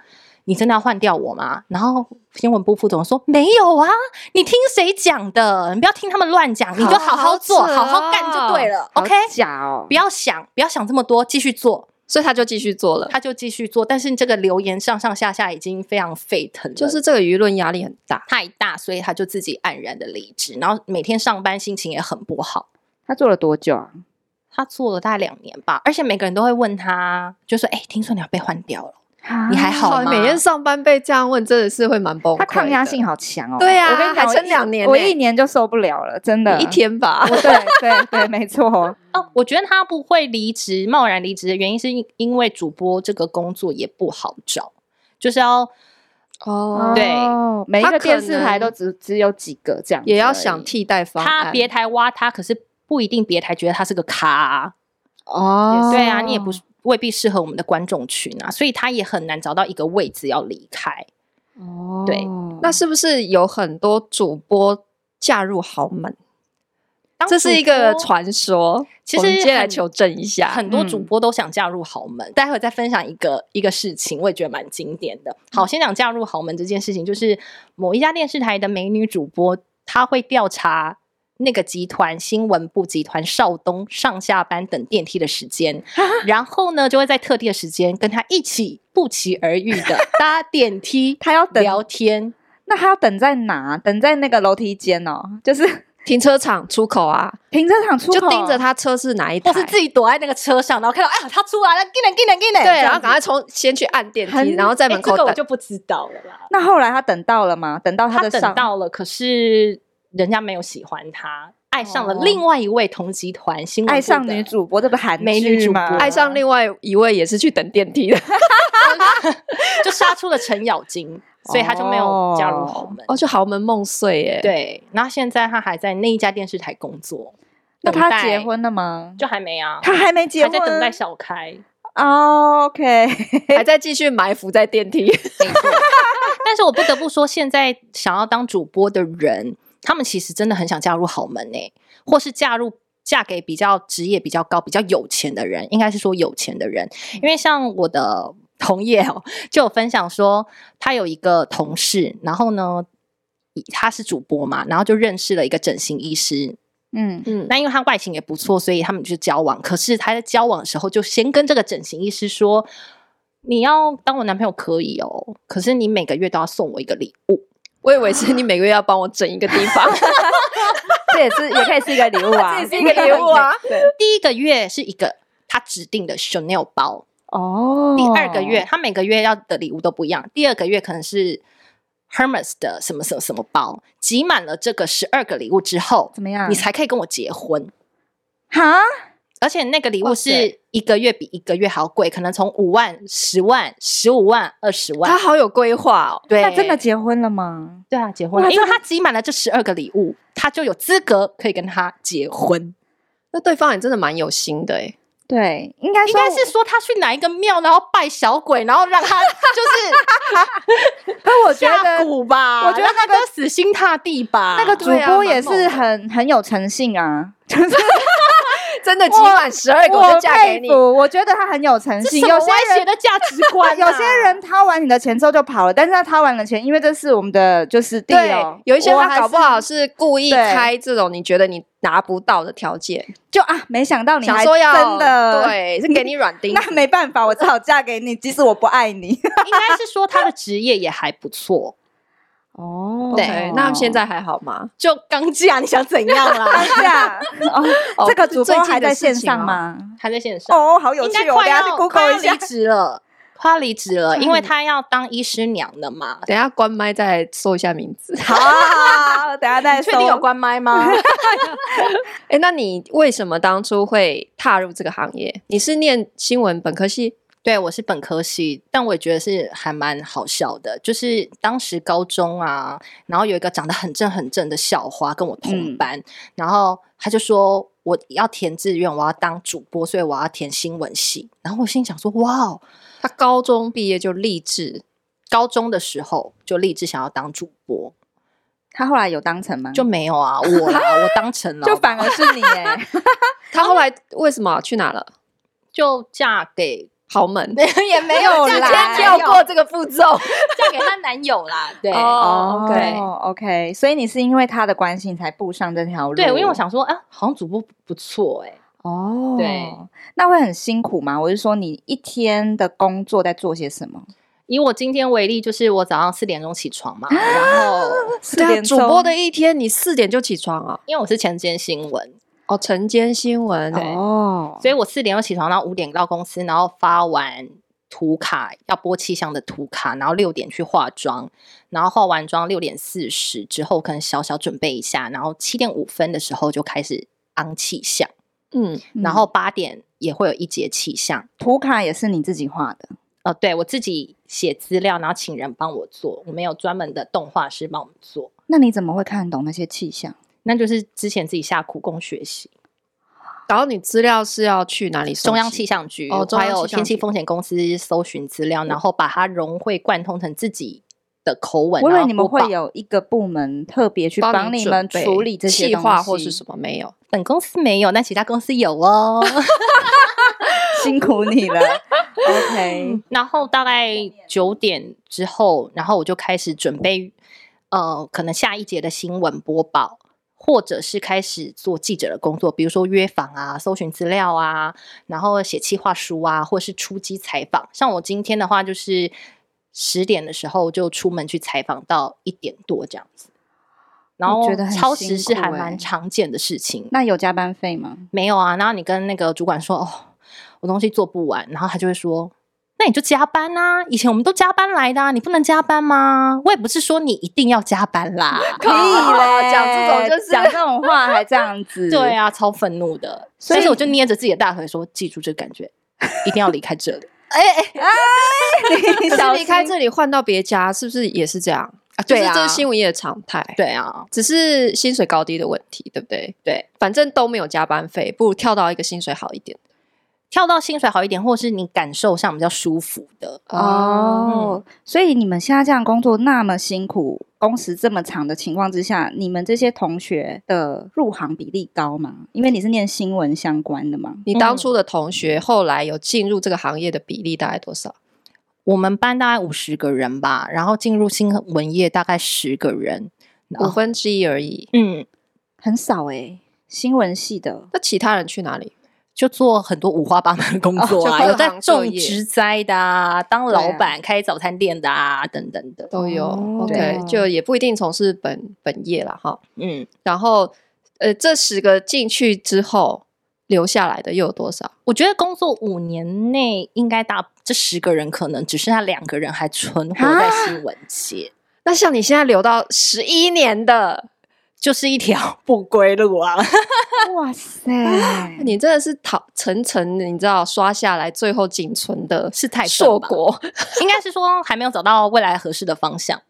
[SPEAKER 3] 你真的要换掉我吗？然后新闻部副总说没有啊，你听谁讲的？你不要听他们乱讲，你就好好做，
[SPEAKER 1] 好扯哦
[SPEAKER 3] 好好干就对了。
[SPEAKER 2] 好
[SPEAKER 3] OK，
[SPEAKER 2] 假哦
[SPEAKER 3] 不，要想，不要想这么多，继续做。
[SPEAKER 1] 所以他就继续做了。
[SPEAKER 3] 他就继续做，但是这个留言上上下下已经非常沸腾了，
[SPEAKER 1] 就是这个舆论压力很大。
[SPEAKER 3] 太大，所以他就自己黯然的离职，然后每天上班心情也很不好。
[SPEAKER 2] 他做了多久啊？
[SPEAKER 3] 他做了大概两年吧，而且每个人都会问他，就说：“哎、听说你要被换掉了，你还好吗？”
[SPEAKER 1] 啊每天上班被这样问，真的是会蛮崩溃。
[SPEAKER 2] 他抗压，性好强哦。
[SPEAKER 1] 对啊
[SPEAKER 2] 我跟你讲，
[SPEAKER 1] 还撑两年
[SPEAKER 2] 我一，
[SPEAKER 1] 呢
[SPEAKER 2] 我一年就受不了了，真的。
[SPEAKER 1] 一， 天吧。
[SPEAKER 2] 对对对，没错。
[SPEAKER 3] 哦，我觉得他不会离职，贸然离职的原因是因因为主播这个工作也不好找，就是要
[SPEAKER 1] 哦
[SPEAKER 3] 对
[SPEAKER 2] 哦每一
[SPEAKER 1] 他
[SPEAKER 2] 个
[SPEAKER 1] 可
[SPEAKER 2] 电视台
[SPEAKER 1] 能
[SPEAKER 2] 都只只有几个这样子而已，
[SPEAKER 1] 也要想替代方案。
[SPEAKER 3] 他别台挖他，可是不一定别台觉得他是个咖啊、
[SPEAKER 2] 哦，
[SPEAKER 3] 对啊，你也不是未必适合我们的观众群啊，所以他也很难找到一个位置要离开。
[SPEAKER 2] 哦，
[SPEAKER 3] 对
[SPEAKER 1] 嗯那是不是有很多主播嫁入豪门？
[SPEAKER 3] 当
[SPEAKER 1] 这是
[SPEAKER 3] 主
[SPEAKER 1] 一个
[SPEAKER 3] 播
[SPEAKER 1] 传说，
[SPEAKER 3] 其
[SPEAKER 1] 我们
[SPEAKER 3] 实
[SPEAKER 1] 接下来
[SPEAKER 3] 很
[SPEAKER 1] 求证一下。
[SPEAKER 3] 很多
[SPEAKER 2] 嗯
[SPEAKER 3] 主播都想嫁入豪门，待会再分享一个一个事情，我也觉得蛮经典的。
[SPEAKER 1] 嗯
[SPEAKER 3] 好，先讲嫁入豪门这件事情，就是某一家电视台的美女主播，她会调查那个集团新闻部集团少东上下班等电梯的 时间，然后呢，就会在特定的时间跟他一起不期而遇 的搭电梯，
[SPEAKER 2] 他要等
[SPEAKER 3] 聊天。
[SPEAKER 2] 那他要等在哪？等在那个楼梯间哦， 就是
[SPEAKER 1] 停车场出口啊，
[SPEAKER 2] 停车场出口，
[SPEAKER 1] 就
[SPEAKER 2] 哦
[SPEAKER 1] 盯着他车是哪一台，
[SPEAKER 3] 或是自己躲在那个车上，然后看到哎呀，他出来了，进来进来进来，
[SPEAKER 1] 对，然后赶
[SPEAKER 3] 赶
[SPEAKER 1] 快冲先去按电梯，
[SPEAKER 2] 很
[SPEAKER 1] 然后在门口
[SPEAKER 3] 哎这个
[SPEAKER 1] 等
[SPEAKER 3] 我。就不知道了啦。
[SPEAKER 2] 那后来他等到了吗？等到
[SPEAKER 3] 他
[SPEAKER 2] 的
[SPEAKER 3] 等
[SPEAKER 2] 上，
[SPEAKER 3] 到了，可是人家没有喜欢他，爱上了另外一位同集团新
[SPEAKER 2] 哦
[SPEAKER 3] 闻
[SPEAKER 2] 爱
[SPEAKER 3] 部
[SPEAKER 2] 上
[SPEAKER 3] 的
[SPEAKER 2] 女主播，这不是韩
[SPEAKER 3] 美女
[SPEAKER 2] 剧
[SPEAKER 3] 主
[SPEAKER 2] 吗？
[SPEAKER 3] 播
[SPEAKER 1] 爱上另外一位也是去等电梯的，
[SPEAKER 3] 就杀出了程咬金， 所以他就没有加入豪门。
[SPEAKER 1] 哦，就豪门梦碎耶。，
[SPEAKER 3] 对，然后现在他还在那一家电视台工作，
[SPEAKER 2] 那
[SPEAKER 3] 等
[SPEAKER 2] 他
[SPEAKER 3] 待
[SPEAKER 2] 结婚了吗？
[SPEAKER 3] 就还没啊，
[SPEAKER 2] 他还没结
[SPEAKER 3] 还
[SPEAKER 2] 婚，
[SPEAKER 3] 在等待小开。
[SPEAKER 2] 哦 OK，
[SPEAKER 1] 还在继续埋伏在电梯。
[SPEAKER 3] 但是我不得不说，现在想要当主播的人，他们其实真的很想嫁入豪门呢、欸或是嫁入嫁给比较职业比较高、比较有钱的人，应该是说有钱的人，因为像我的同业哦，就有分享说，他有一个同事，然后呢。以他是主播嘛，然后就认识了一个整形医师。
[SPEAKER 2] 嗯，
[SPEAKER 1] 嗯，
[SPEAKER 3] 那因为他外形也不错，所以他们就交往。可是他在交往的时候，就先跟这个整形医师说：“你要当我男朋友可以哦，可是你每个月都要送我一个礼物。”
[SPEAKER 1] 我以为是你每个月要帮我整一个地 方，
[SPEAKER 2] 这也是也可以是一个礼物 啊，
[SPEAKER 1] 这也是一个礼物啊
[SPEAKER 2] 对，
[SPEAKER 3] 第一个月是一个他指定的 Chanel 包，
[SPEAKER 2] 哦，
[SPEAKER 3] 第二个月他每个月要的礼物都不一样，第二个月可能是 Hermes 的什么什么什么包，集满了这个十二个礼物之后，
[SPEAKER 2] 怎么
[SPEAKER 1] 嗯
[SPEAKER 2] 样？
[SPEAKER 3] 你才可以跟我结婚。
[SPEAKER 2] 哈，
[SPEAKER 3] 而且那个礼物
[SPEAKER 1] 哇塞
[SPEAKER 3] 是一个月比一个月还要贵，可能从五万、十万、十五万、二十
[SPEAKER 1] 他
[SPEAKER 3] 万。
[SPEAKER 1] 好有规划哦。
[SPEAKER 3] 对，
[SPEAKER 2] 那真的结婚了吗？
[SPEAKER 3] 对啊，结婚
[SPEAKER 2] 哇
[SPEAKER 3] 了，因为
[SPEAKER 2] 真的
[SPEAKER 3] 他集满了这十二个礼物，他就有资格可以跟他结婚。
[SPEAKER 1] 那对方也真的蛮有心的哎。
[SPEAKER 2] 对，应该
[SPEAKER 3] 应
[SPEAKER 2] 说
[SPEAKER 3] 该是说他去哪一个庙，然后拜小鬼，然后让他 就是
[SPEAKER 2] 可我觉
[SPEAKER 3] 下
[SPEAKER 2] 得
[SPEAKER 1] 啊
[SPEAKER 3] 蛊吧，
[SPEAKER 2] 我觉得
[SPEAKER 3] 让他哥死心塌地吧。
[SPEAKER 2] 那个主
[SPEAKER 1] 对啊
[SPEAKER 2] 播
[SPEAKER 1] 蛮
[SPEAKER 2] 也是
[SPEAKER 1] 猛的
[SPEAKER 2] 很很有诚信啊，
[SPEAKER 1] 真的，今晚十二个我就嫁给你
[SPEAKER 2] 我佩。服我觉得他很有诚
[SPEAKER 3] 这是
[SPEAKER 2] 信。
[SPEAKER 3] 什么
[SPEAKER 2] 有些
[SPEAKER 3] 歪斜
[SPEAKER 2] 人
[SPEAKER 3] 的价值观啊、
[SPEAKER 2] 有些人掏完你的钱之后就跑了，但是他掏完了钱，因为这是我们的就是地
[SPEAKER 1] 对
[SPEAKER 2] 哦，，
[SPEAKER 1] 有一些
[SPEAKER 2] 我
[SPEAKER 1] 他
[SPEAKER 2] 还
[SPEAKER 1] 搞不好是故意
[SPEAKER 2] 对
[SPEAKER 1] 开这种你觉得你拿不到的条件，
[SPEAKER 2] 就啊，没想到你
[SPEAKER 1] 想
[SPEAKER 2] 还
[SPEAKER 1] 说要
[SPEAKER 2] 真的。
[SPEAKER 1] 对，是给你软钉子。
[SPEAKER 2] 那没办法，我只好嫁给你，即使我不爱你。
[SPEAKER 3] 应该是说他的职业也还不错，
[SPEAKER 2] 哦
[SPEAKER 1] 对那现在还好吗？
[SPEAKER 3] 就刚
[SPEAKER 2] 啊
[SPEAKER 3] 嫁，你想怎样啦？
[SPEAKER 2] 这样哦，
[SPEAKER 1] 哦
[SPEAKER 2] 这个
[SPEAKER 1] 是
[SPEAKER 2] 主
[SPEAKER 1] 最
[SPEAKER 2] 播
[SPEAKER 1] 近
[SPEAKER 2] 还
[SPEAKER 1] 的
[SPEAKER 2] 在
[SPEAKER 1] 事啊
[SPEAKER 2] 线
[SPEAKER 1] 情
[SPEAKER 2] 上
[SPEAKER 1] 吗
[SPEAKER 2] 吗？
[SPEAKER 3] 还在线上，
[SPEAKER 2] 哦，好有
[SPEAKER 3] 应
[SPEAKER 2] 趣
[SPEAKER 3] 该
[SPEAKER 2] 哦，我等下去 Google
[SPEAKER 3] 快要快要
[SPEAKER 2] 一下嗯
[SPEAKER 3] 离。职了，快要离职了，因为他要当医师娘了嘛。
[SPEAKER 1] 等一下关麦再搜一下名字。
[SPEAKER 2] 好好，好等下再
[SPEAKER 3] 你确定有
[SPEAKER 2] 搜。
[SPEAKER 3] 关麦 吗？
[SPEAKER 1] 哎，那你为什么当初会踏入这个行业？你是念新闻本科系？
[SPEAKER 3] 对，我是本科系，但我也觉得是还蛮好笑的。就是当时高中啊，然后有一个长得很正很正的校花跟我同
[SPEAKER 2] 嗯
[SPEAKER 3] 班，然后他就说我要填志愿，我要当主播，所以我要填新闻系。然后我心里想说，哇哦，
[SPEAKER 1] 他高中毕业就立志，
[SPEAKER 3] 高中的时候就立志想要当主播，
[SPEAKER 2] 他后来有当成吗？
[SPEAKER 3] 就没有啊，我啦，我当 成了，
[SPEAKER 2] 就反而是你哎，
[SPEAKER 1] 他后来为什么去哪了？
[SPEAKER 3] 就嫁给。
[SPEAKER 1] 豪门
[SPEAKER 3] 也没有
[SPEAKER 2] 嫁
[SPEAKER 1] 先
[SPEAKER 2] 给
[SPEAKER 3] 啦，
[SPEAKER 2] 她
[SPEAKER 1] 跳
[SPEAKER 2] 男
[SPEAKER 1] 过这个步骤。
[SPEAKER 3] 嫁给她男友啦，对。
[SPEAKER 1] 哦
[SPEAKER 3] 对
[SPEAKER 2] OK，所以你是因为他的关系你才步上这条路？
[SPEAKER 3] 对，因为我想说，啊，好像主播不不错哎、
[SPEAKER 2] 哦，
[SPEAKER 3] 对，
[SPEAKER 2] 那会很辛苦吗？我是说，你一天的工作在做些什么？
[SPEAKER 3] 以我今天为例，就是我早上四点钟起床嘛，然后
[SPEAKER 1] 对啊，
[SPEAKER 2] 点
[SPEAKER 1] 主
[SPEAKER 2] 钟
[SPEAKER 1] 播的一天，你四点就起床啊？
[SPEAKER 3] 因为我是晨间新闻，
[SPEAKER 1] 哦，晨间新闻。哎
[SPEAKER 3] 对
[SPEAKER 2] 哦，
[SPEAKER 3] 所以我四点钟起床，然后五点到公司，然后发完图卡要播气象的图卡，然后六点去化妆，然后化完妆六点四十之后可能小小准备一下，然后七点五分的时候就开始昂气象，
[SPEAKER 1] 嗯，
[SPEAKER 2] 嗯
[SPEAKER 3] 然后八点也会有一节气象。
[SPEAKER 2] 图卡也是你自己画的，
[SPEAKER 3] 呃，对我自己写资料，然后请人帮我做，我们有专门的动画师帮我们做，
[SPEAKER 2] 那你怎么会看得懂那些气象？
[SPEAKER 3] 那就是之前自己下苦功学习。
[SPEAKER 1] 然后你资料是要去哪里搜集？
[SPEAKER 3] 中央气象局，
[SPEAKER 1] 哦中
[SPEAKER 3] 还
[SPEAKER 1] 央
[SPEAKER 3] 有
[SPEAKER 1] 气象
[SPEAKER 3] 天气
[SPEAKER 1] 局
[SPEAKER 2] 嗯
[SPEAKER 3] 风险公司搜寻资料，然后把它融会贯通成自己的口吻，
[SPEAKER 2] 我以
[SPEAKER 3] 然
[SPEAKER 2] 为
[SPEAKER 3] 后
[SPEAKER 2] 你们
[SPEAKER 3] 播
[SPEAKER 2] 会
[SPEAKER 3] 报
[SPEAKER 2] 有一个部门特别去帮你们
[SPEAKER 1] 准备
[SPEAKER 2] 处理这些
[SPEAKER 1] 计
[SPEAKER 2] 东西，
[SPEAKER 1] 划或是什么没有？
[SPEAKER 3] 本公司没有，但其他公司有 哦。
[SPEAKER 2] 辛苦你了。OK，
[SPEAKER 3] 然后大概九点之后，然后我就开始准备，呃，可能下一节的新闻播报，或者是开始做记者的工作，比如说约访啊、搜寻资料啊，然后写企划书啊，或是出击采访。像我今天的话，就是十点的时候就出门去采访到一点多这样子。然
[SPEAKER 2] 我
[SPEAKER 3] 后
[SPEAKER 2] 哦觉得很
[SPEAKER 3] 超时
[SPEAKER 2] 辛
[SPEAKER 3] 是
[SPEAKER 2] 苦
[SPEAKER 3] 还
[SPEAKER 2] 欸
[SPEAKER 3] 蛮常见的事情，
[SPEAKER 2] 那有加班费吗？
[SPEAKER 3] 没有啊，然后你跟那个主管说，哦，我东西做不完，然后他就会说，那你就加班啊，以前我们都加班来的、啊，你不能加班吗？我也不是说你一定要加班 啦，
[SPEAKER 2] 可以嘞，
[SPEAKER 1] 哦讲这种就是
[SPEAKER 2] 讲这种话还这样子，
[SPEAKER 3] 对，啊，超愤怒的，
[SPEAKER 2] 所
[SPEAKER 3] 所
[SPEAKER 2] 以
[SPEAKER 3] 以我就捏着自己的大腿说，记住这感觉，一定要离开 这里哎
[SPEAKER 2] 你
[SPEAKER 1] 可是
[SPEAKER 2] 小心
[SPEAKER 1] 离开这里换到别家，是不是也是这样？
[SPEAKER 3] 啊，对
[SPEAKER 1] 就是
[SPEAKER 3] 啊，
[SPEAKER 1] 这是新闻业的常态。
[SPEAKER 3] 对啊，
[SPEAKER 1] 只是薪水高低的问题，对不对？
[SPEAKER 3] 对，
[SPEAKER 1] 反正都没有加班费，不如跳到一个薪水好一点。
[SPEAKER 3] 跳到薪水好一点，或是你感受上比较舒服的，
[SPEAKER 2] 哦。
[SPEAKER 1] 嗯
[SPEAKER 2] 所以你们现在这样工作那么辛苦，工时这么长的情况之下，你们这些同学的入行比例高吗？因为你是念新闻相关的嘛，
[SPEAKER 1] 你当初的同学后来有进入这个行业的比例大概多少？
[SPEAKER 3] 我们班大概五十个人吧，然后进入新闻业大概十个人，然
[SPEAKER 1] 五
[SPEAKER 3] 后
[SPEAKER 1] 分之一而已。
[SPEAKER 3] 嗯。
[SPEAKER 2] 很少哎、
[SPEAKER 1] 欸
[SPEAKER 2] 新闻系 的
[SPEAKER 1] 那其他人去哪里？
[SPEAKER 3] 就做很多五花八门的工作
[SPEAKER 1] 哦就各
[SPEAKER 3] 啊，
[SPEAKER 1] 行
[SPEAKER 3] 有在
[SPEAKER 1] 各
[SPEAKER 3] 种
[SPEAKER 1] 业
[SPEAKER 3] 植栽的啊，当老
[SPEAKER 2] 对啊
[SPEAKER 3] 板、开早餐店的啊，等等的。
[SPEAKER 1] 都有。
[SPEAKER 2] 哦
[SPEAKER 1] OK，
[SPEAKER 2] 对啊
[SPEAKER 1] 就也不一定从事本本业了哈。
[SPEAKER 3] 嗯，
[SPEAKER 1] 然后，呃，这十个进去之后留下来的又有多少？
[SPEAKER 3] 我觉得工作五年内，应该大这十个人可能只剩下两个人还存活在
[SPEAKER 1] 啊
[SPEAKER 3] 新闻界，
[SPEAKER 1] 那像你现在留到十一年的，
[SPEAKER 3] 就是 一条不归路啊。
[SPEAKER 2] 哇塞，
[SPEAKER 1] 啊你真的是淘层层，你知道刷下来最后仅存的
[SPEAKER 3] 是太笨
[SPEAKER 1] 硕
[SPEAKER 3] 吧
[SPEAKER 1] 果。
[SPEAKER 3] 应该是说还没有找到未来合适的方向。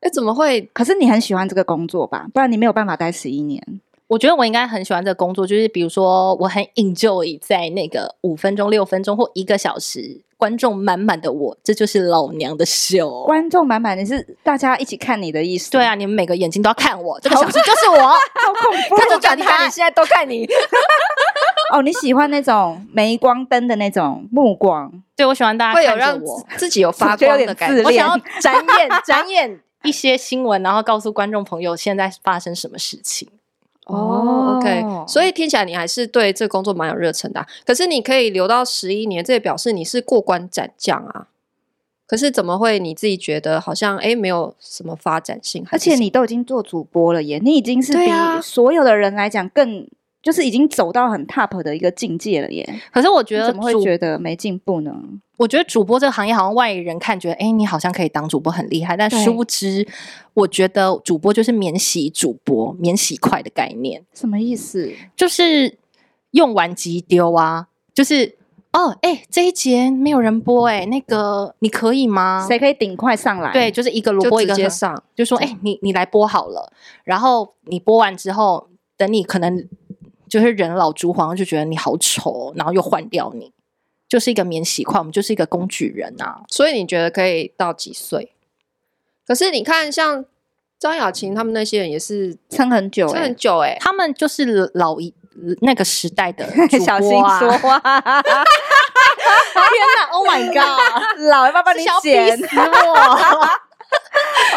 [SPEAKER 1] 哎，怎么会
[SPEAKER 2] 可是你很喜欢这个工作吧？不然你没有办法待十一年。
[SPEAKER 3] 我觉得我应该很喜欢这个工作，就是比如说我很 enjoy 在那个五分钟、六分钟或一个小时，观众满满的我，这就是老娘的秀。
[SPEAKER 2] 观众满满，你是大家一起看你的意思？
[SPEAKER 3] 对，啊，你们每个眼睛都要看我，这个小时就是我。
[SPEAKER 2] 好恐怖！
[SPEAKER 1] 他就转台，现在都看 你。
[SPEAKER 2] 哦，你喜欢那种镁光灯的那种目光，
[SPEAKER 3] 对我喜欢大家
[SPEAKER 1] 会有
[SPEAKER 3] 看
[SPEAKER 1] 让
[SPEAKER 3] 着
[SPEAKER 1] 自
[SPEAKER 3] 我，
[SPEAKER 1] 自己有发
[SPEAKER 2] 我觉得有
[SPEAKER 1] 光
[SPEAKER 2] 点
[SPEAKER 1] 的感
[SPEAKER 2] 自
[SPEAKER 1] 觉。
[SPEAKER 3] 我
[SPEAKER 1] 我
[SPEAKER 2] 恋
[SPEAKER 1] 想
[SPEAKER 3] 想
[SPEAKER 1] 要
[SPEAKER 3] 要展演展演一些新闻，然后告诉观众朋友现在发生什么事情。
[SPEAKER 1] 哦，OK，
[SPEAKER 2] 哦
[SPEAKER 1] 所以听起来你还是对这工作蛮有热忱的啊、可是你可以留到十一年，这也表示你是过关斩将啊。可是怎么会你自己觉得好像哎没有什么发展性？还
[SPEAKER 2] 而
[SPEAKER 1] 是
[SPEAKER 2] 且
[SPEAKER 1] 什么
[SPEAKER 2] 你都已经做主播了耶，你已经是
[SPEAKER 1] 对
[SPEAKER 2] 比
[SPEAKER 1] 啊
[SPEAKER 2] 所有的人来讲更，就是已经走到很 top 的一个境界了耶。
[SPEAKER 3] 可是我觉
[SPEAKER 2] 你
[SPEAKER 3] 得
[SPEAKER 2] 怎么会
[SPEAKER 3] 主，
[SPEAKER 2] 觉得没进步呢？
[SPEAKER 3] 我觉得主播这个行业好像外人看觉得，哎，你好像可以当主播很厉害，但
[SPEAKER 2] 对
[SPEAKER 3] 殊不知，我觉得主播就是免洗主播、免洗快的概念，
[SPEAKER 2] 什么意思？
[SPEAKER 3] 就是用完即丢啊，就是。哦，哎、这一节没有人播、哎，那个你可以吗？
[SPEAKER 2] 谁可以顶快上来？
[SPEAKER 3] 啊对，，就是一个萝卜
[SPEAKER 1] 就
[SPEAKER 3] 一个
[SPEAKER 1] 直接
[SPEAKER 3] 横
[SPEAKER 1] 上
[SPEAKER 3] 就说：“哎、你你来播好了。”然后你播完之后，等你可能就是人老珠黄，就觉得你好丑哦、然后又换掉你，就是一个免洗块，我们就是一个工具人啊。
[SPEAKER 1] 所以你觉得可以到几岁？可是你看，像张雅琴他们那些人也是
[SPEAKER 2] 撑很久
[SPEAKER 1] 这
[SPEAKER 2] 哎
[SPEAKER 1] 很。久哎、
[SPEAKER 3] 他们就是老一那个时代 的主播、啊、
[SPEAKER 2] 小心说话，
[SPEAKER 3] 天哪！Oh my god！
[SPEAKER 2] 老要帮
[SPEAKER 3] 是
[SPEAKER 2] 你
[SPEAKER 3] 想要逼
[SPEAKER 2] 剪
[SPEAKER 3] 死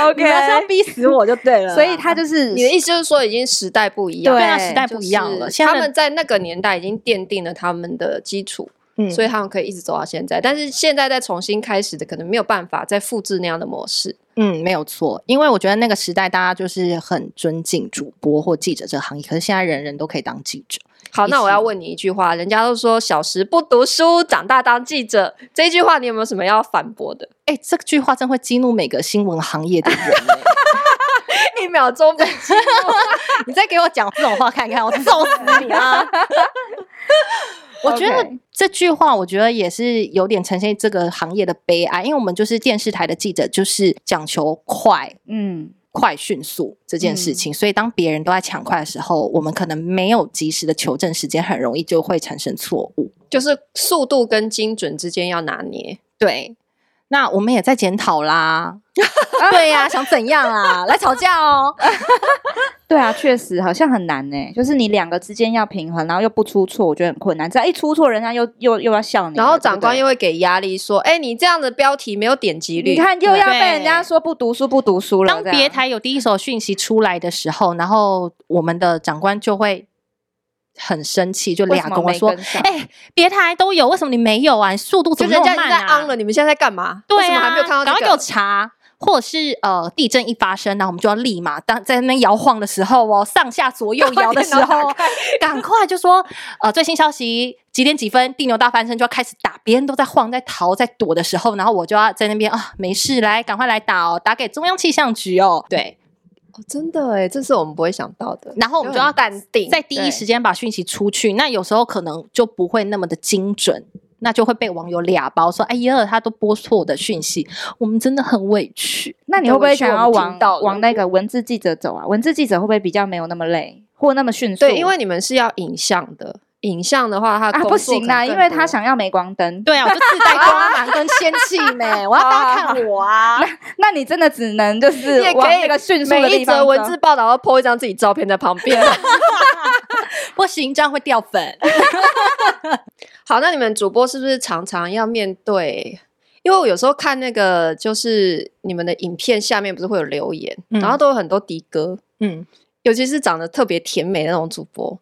[SPEAKER 3] 我你们是要
[SPEAKER 2] ，OK。
[SPEAKER 3] 逼死我就 对啊了。
[SPEAKER 2] 所以他就是
[SPEAKER 1] 你的意思就是说已经时代不一样了，
[SPEAKER 3] 对
[SPEAKER 2] 对
[SPEAKER 3] 啊，时代
[SPEAKER 1] 就
[SPEAKER 3] 不一样了。
[SPEAKER 1] 是
[SPEAKER 3] 现在
[SPEAKER 1] 他们
[SPEAKER 3] 的
[SPEAKER 1] 在那个年代已经奠定了他们的基础，
[SPEAKER 3] 嗯
[SPEAKER 1] 所以他们可以一直走到现在。但是现在再重新开始的，可能没有办法再复制那样的模式。
[SPEAKER 3] 嗯，没有错，因为我觉得那个时代大家就是很尊敬主播或记者这个行业，可是现在人人都可以当记者。
[SPEAKER 1] 好，
[SPEAKER 3] 也
[SPEAKER 1] 那我
[SPEAKER 3] 是
[SPEAKER 1] 要问你一句话，人家都说小时不读书，长大当记者，这一句话你有没有什么要反驳的？
[SPEAKER 3] 哎、这句话真会激怒每个新闻行业的人、欸。
[SPEAKER 1] 一秒钟被激怒
[SPEAKER 3] 你再给我讲这种话看看，我 揍死你啊！我觉得
[SPEAKER 2] OK
[SPEAKER 3] 这句话，我觉得也是有点呈现这个行业的悲哀，因为我们就是电视台的记者，就是讲求快、
[SPEAKER 2] 嗯，
[SPEAKER 3] 快、迅速这件事情，所以当别人都在抢快的时候，我们可能没有及时的求证时间，很容易就会产生错误。
[SPEAKER 1] 就是速度跟精准之间要拿捏。
[SPEAKER 3] 对，那我们也在检讨啦。 对呀、想怎样啊？来吵架哦。
[SPEAKER 2] 对啊，确实好像很难呢、就是你两个之间要平衡，然后又不出错，我觉得很困难。只要一出错，人家又又又要笑你了，
[SPEAKER 1] 然后长官
[SPEAKER 2] 对
[SPEAKER 1] 又会给压力，说：“哎，你这样的标题没有点击
[SPEAKER 2] 不对
[SPEAKER 1] 率。”
[SPEAKER 2] 你看又要被
[SPEAKER 3] 对
[SPEAKER 2] 人家说不读书不读书了，
[SPEAKER 3] 当
[SPEAKER 2] 这样
[SPEAKER 3] 别台有第一手讯息出来的时候，然后我们的长官就会很生气，就
[SPEAKER 2] 为
[SPEAKER 3] 俩
[SPEAKER 2] 什么
[SPEAKER 3] 跟我
[SPEAKER 2] 没
[SPEAKER 3] 说
[SPEAKER 2] 跟上：“
[SPEAKER 3] 哎、别台都有，为什么你没有啊？你速度
[SPEAKER 1] 就
[SPEAKER 3] 怎么那
[SPEAKER 1] 人家
[SPEAKER 3] 么
[SPEAKER 1] 已
[SPEAKER 3] 慢
[SPEAKER 1] 经
[SPEAKER 3] 啊？”
[SPEAKER 1] 在 on 了，你们现在在干嘛？为
[SPEAKER 3] 对
[SPEAKER 1] 什么
[SPEAKER 3] 啊，
[SPEAKER 1] 还没有看
[SPEAKER 3] 赶
[SPEAKER 1] 到
[SPEAKER 3] 快
[SPEAKER 1] 这
[SPEAKER 3] 给我
[SPEAKER 1] 个？
[SPEAKER 3] 查，或者是呃地震一发生，那我们就要立马当在那边摇晃的时候哦，上下左右摇的时
[SPEAKER 1] 赶快电脑
[SPEAKER 3] 候
[SPEAKER 1] 打开，
[SPEAKER 3] 赶快就说呃最新消息几点几分地牛大翻身就要开始打，别人都在晃在逃在躲的时候，然后我就要在那边啊没事来赶快来打哦，打给中央气象局哦，对，
[SPEAKER 1] 哦真的哎，这是我们不会想到的。
[SPEAKER 3] 然后我们就要
[SPEAKER 1] 很淡定，
[SPEAKER 3] 在第一
[SPEAKER 2] 对
[SPEAKER 3] 时间把讯息出去，那有时候可能就不会那么的精准。那就会被网友俩包说：“哎呀，他都播错我的讯息，我们真的很委屈。”
[SPEAKER 2] 那你
[SPEAKER 1] 的
[SPEAKER 2] 会不
[SPEAKER 1] 委
[SPEAKER 2] 会
[SPEAKER 1] 屈
[SPEAKER 2] 想
[SPEAKER 1] 我
[SPEAKER 2] 要
[SPEAKER 1] 们听
[SPEAKER 2] 往
[SPEAKER 1] 到了
[SPEAKER 2] 往那个文字记者走啊？文字记者会不会比较没有那么累或那么迅速？
[SPEAKER 1] 对，因为你们是要影像的，影像的话，他
[SPEAKER 2] 啊不行啦，因为 他想要镁光灯。
[SPEAKER 3] 对啊，我就 自带光芒跟仙气美，我要大家看我啊！
[SPEAKER 2] 那你真的只能就
[SPEAKER 1] 你
[SPEAKER 2] 是
[SPEAKER 1] 也
[SPEAKER 2] 往
[SPEAKER 1] 可以
[SPEAKER 2] 那个迅速的
[SPEAKER 1] 每
[SPEAKER 2] 地
[SPEAKER 1] 一
[SPEAKER 2] 方
[SPEAKER 1] 则
[SPEAKER 2] 走
[SPEAKER 1] 文字报道都 po 一张自己照片在旁边。
[SPEAKER 3] 不行，这样会掉粉。
[SPEAKER 1] 好，那你们主播是不是常常要面对？因为我有时候看那个，就是你们的影片下面不是会有留言，
[SPEAKER 3] 嗯
[SPEAKER 1] 然后都有很多的哥，
[SPEAKER 3] 嗯，
[SPEAKER 1] 尤其是长得特别甜美的那种主播。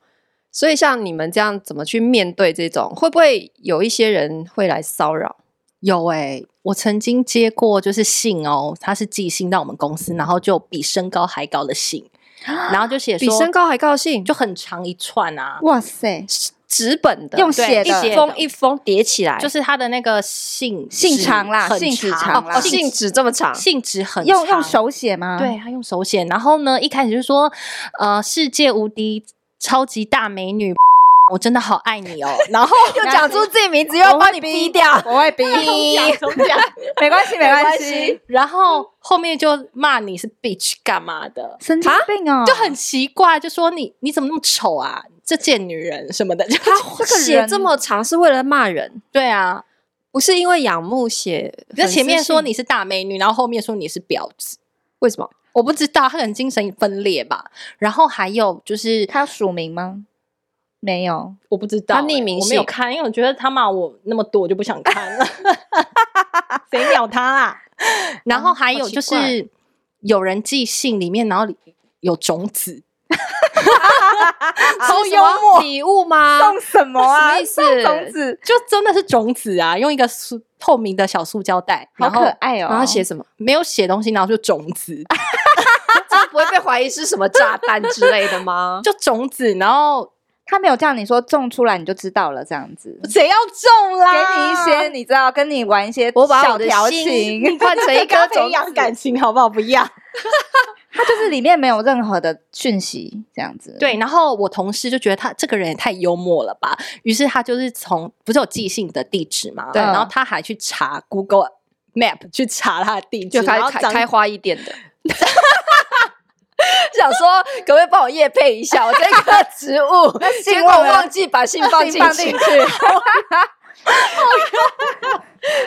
[SPEAKER 1] 所以像你们这样怎么去面对这种？会不会有一些人会来骚扰？
[SPEAKER 3] 有哎、我曾经接过就是信哦，他是寄信到我们公司，然后就比身高还高的信，然后就写
[SPEAKER 1] 比
[SPEAKER 3] 说
[SPEAKER 1] 身高还高兴，就
[SPEAKER 3] 就很长一串啊，
[SPEAKER 2] 哇塞，
[SPEAKER 1] 纸本的，
[SPEAKER 2] 用
[SPEAKER 1] 对
[SPEAKER 2] 写
[SPEAKER 1] 一
[SPEAKER 2] 的
[SPEAKER 3] 写
[SPEAKER 1] 封
[SPEAKER 3] 的
[SPEAKER 1] 一封叠起来，
[SPEAKER 3] 就是他的那个信
[SPEAKER 2] 信
[SPEAKER 3] 纸
[SPEAKER 2] 长啦
[SPEAKER 3] 很
[SPEAKER 2] 信纸
[SPEAKER 3] 长
[SPEAKER 2] 长啦
[SPEAKER 1] 哦，信
[SPEAKER 3] 信
[SPEAKER 1] 纸这么长，
[SPEAKER 3] 信纸很
[SPEAKER 2] 用用
[SPEAKER 3] 长
[SPEAKER 2] 手写
[SPEAKER 1] 啊
[SPEAKER 2] 吗？
[SPEAKER 3] 对，他用手写。然后呢，一开始就说，呃，世界无敌超级大美女，我真的好爱你哦。然后
[SPEAKER 1] 又讲出自己名字，又要
[SPEAKER 2] 我
[SPEAKER 1] 把
[SPEAKER 2] 会
[SPEAKER 1] 你
[SPEAKER 2] 逼
[SPEAKER 1] 逼掉。
[SPEAKER 2] 我会逼，
[SPEAKER 3] 重讲，
[SPEAKER 2] 没关系，没关
[SPEAKER 1] 关
[SPEAKER 2] 系
[SPEAKER 1] 系，
[SPEAKER 3] 然后后面就骂你是 bitch 干嘛的，
[SPEAKER 1] 嗯
[SPEAKER 2] 神经病哦，
[SPEAKER 3] 就很奇怪，就说你你怎么那么丑啊，这贱女人什么的，就
[SPEAKER 1] 他
[SPEAKER 2] 这个
[SPEAKER 1] 写
[SPEAKER 2] 人
[SPEAKER 1] 这么长是为了骂人，
[SPEAKER 3] 对啊。
[SPEAKER 1] 不是因为仰慕写。
[SPEAKER 3] 就前面说
[SPEAKER 1] 粉丝信
[SPEAKER 3] 你是大美女，然后后面说你是婊子，
[SPEAKER 1] 为什么？
[SPEAKER 3] 我不知道，他可能精神分裂吧。然后还有就是
[SPEAKER 2] 他有署名吗？没有，
[SPEAKER 3] 我不知道、欸
[SPEAKER 1] 他匿名
[SPEAKER 3] 我没有
[SPEAKER 1] 信
[SPEAKER 3] 看，因为我觉得他骂我那么多，我就不想看了， 谁鸟他 啦？然后还有就
[SPEAKER 1] 好奇
[SPEAKER 3] 是有人寄信里面，然后里有种子，
[SPEAKER 1] 好幽默，礼物吗？
[SPEAKER 2] 什么啊
[SPEAKER 1] 什么啊意思？
[SPEAKER 2] 种子，
[SPEAKER 3] 就真的是种子啊，用一个塑透明的小塑胶袋，
[SPEAKER 2] 好
[SPEAKER 3] 然
[SPEAKER 2] 可
[SPEAKER 3] 后
[SPEAKER 2] 爱哦。
[SPEAKER 1] 然后写什么？
[SPEAKER 3] 没有写东西，然后就种子，
[SPEAKER 1] 这样不会被怀疑是什么炸弹之类的吗？
[SPEAKER 3] 就种子，然后
[SPEAKER 2] 他没有叫你说种出来你就知道了，这样子。
[SPEAKER 3] 谁要种
[SPEAKER 2] 给
[SPEAKER 3] 啦？
[SPEAKER 2] 你一 些，你知道，跟你玩一些
[SPEAKER 1] 我把
[SPEAKER 2] 小
[SPEAKER 1] 我的
[SPEAKER 2] 调情，
[SPEAKER 1] 心换 成一
[SPEAKER 3] 跟
[SPEAKER 1] 颗
[SPEAKER 3] 他
[SPEAKER 1] 种
[SPEAKER 3] 培养
[SPEAKER 1] 子
[SPEAKER 3] 感情好不好？不要。
[SPEAKER 2] 它就是里面没有任何的讯息，这样子。
[SPEAKER 3] 对，然后我同事就觉得他这个人也太幽默了吧，于是他就是从不是有寄信的地址嘛，
[SPEAKER 1] 对嗯
[SPEAKER 3] 然后他还去查 Google Map 去查他的地址，
[SPEAKER 1] 就开
[SPEAKER 3] 然后
[SPEAKER 1] 开
[SPEAKER 3] 长
[SPEAKER 1] 开花一点的。 想说，可不可以帮我叶配一下我这 棵植物？
[SPEAKER 2] 信
[SPEAKER 1] 结果
[SPEAKER 2] 忘了
[SPEAKER 1] 忘记把信放
[SPEAKER 2] 信
[SPEAKER 1] 进
[SPEAKER 2] 放
[SPEAKER 1] 去
[SPEAKER 2] 进。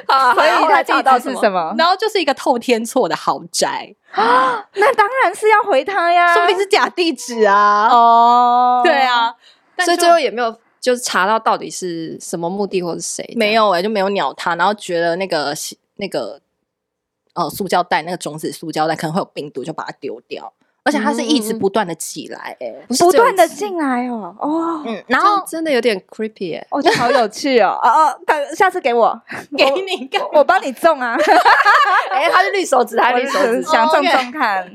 [SPEAKER 1] 啊，
[SPEAKER 2] 所以
[SPEAKER 1] 后
[SPEAKER 2] 它
[SPEAKER 1] 来
[SPEAKER 2] 地
[SPEAKER 1] 找到
[SPEAKER 2] 址是
[SPEAKER 1] 么？
[SPEAKER 2] 什么？
[SPEAKER 3] 然后就是一个透天错的豪宅，
[SPEAKER 2] 那当然是要回他呀，
[SPEAKER 3] 说不定是假地址啊。
[SPEAKER 2] 哦，
[SPEAKER 3] 对，啊，但
[SPEAKER 1] 所以
[SPEAKER 3] 就
[SPEAKER 1] 最后也没有就是查到到底是什么目的或是谁这样
[SPEAKER 3] 没。有哎、就没有鸟他，然后觉得那个那个呃塑胶袋那个种子塑胶袋可能会有病毒，就把它丢掉。而且他是一直
[SPEAKER 1] 嗯
[SPEAKER 3] 不断的寄来、欸，
[SPEAKER 1] 不是
[SPEAKER 2] 不
[SPEAKER 1] 只有
[SPEAKER 2] 断的
[SPEAKER 1] 一次
[SPEAKER 2] 进来哦，哦，
[SPEAKER 3] 嗯，然
[SPEAKER 1] 这样
[SPEAKER 3] 后
[SPEAKER 1] 真的有点 creepy 哎、
[SPEAKER 2] 我觉得好有趣哦，哦哦，他下次给我，
[SPEAKER 3] 给你看，
[SPEAKER 2] 我帮你种啊，
[SPEAKER 1] 哎、他是绿手指，他是绿手
[SPEAKER 2] 我只是
[SPEAKER 1] 指。
[SPEAKER 2] 想种种看，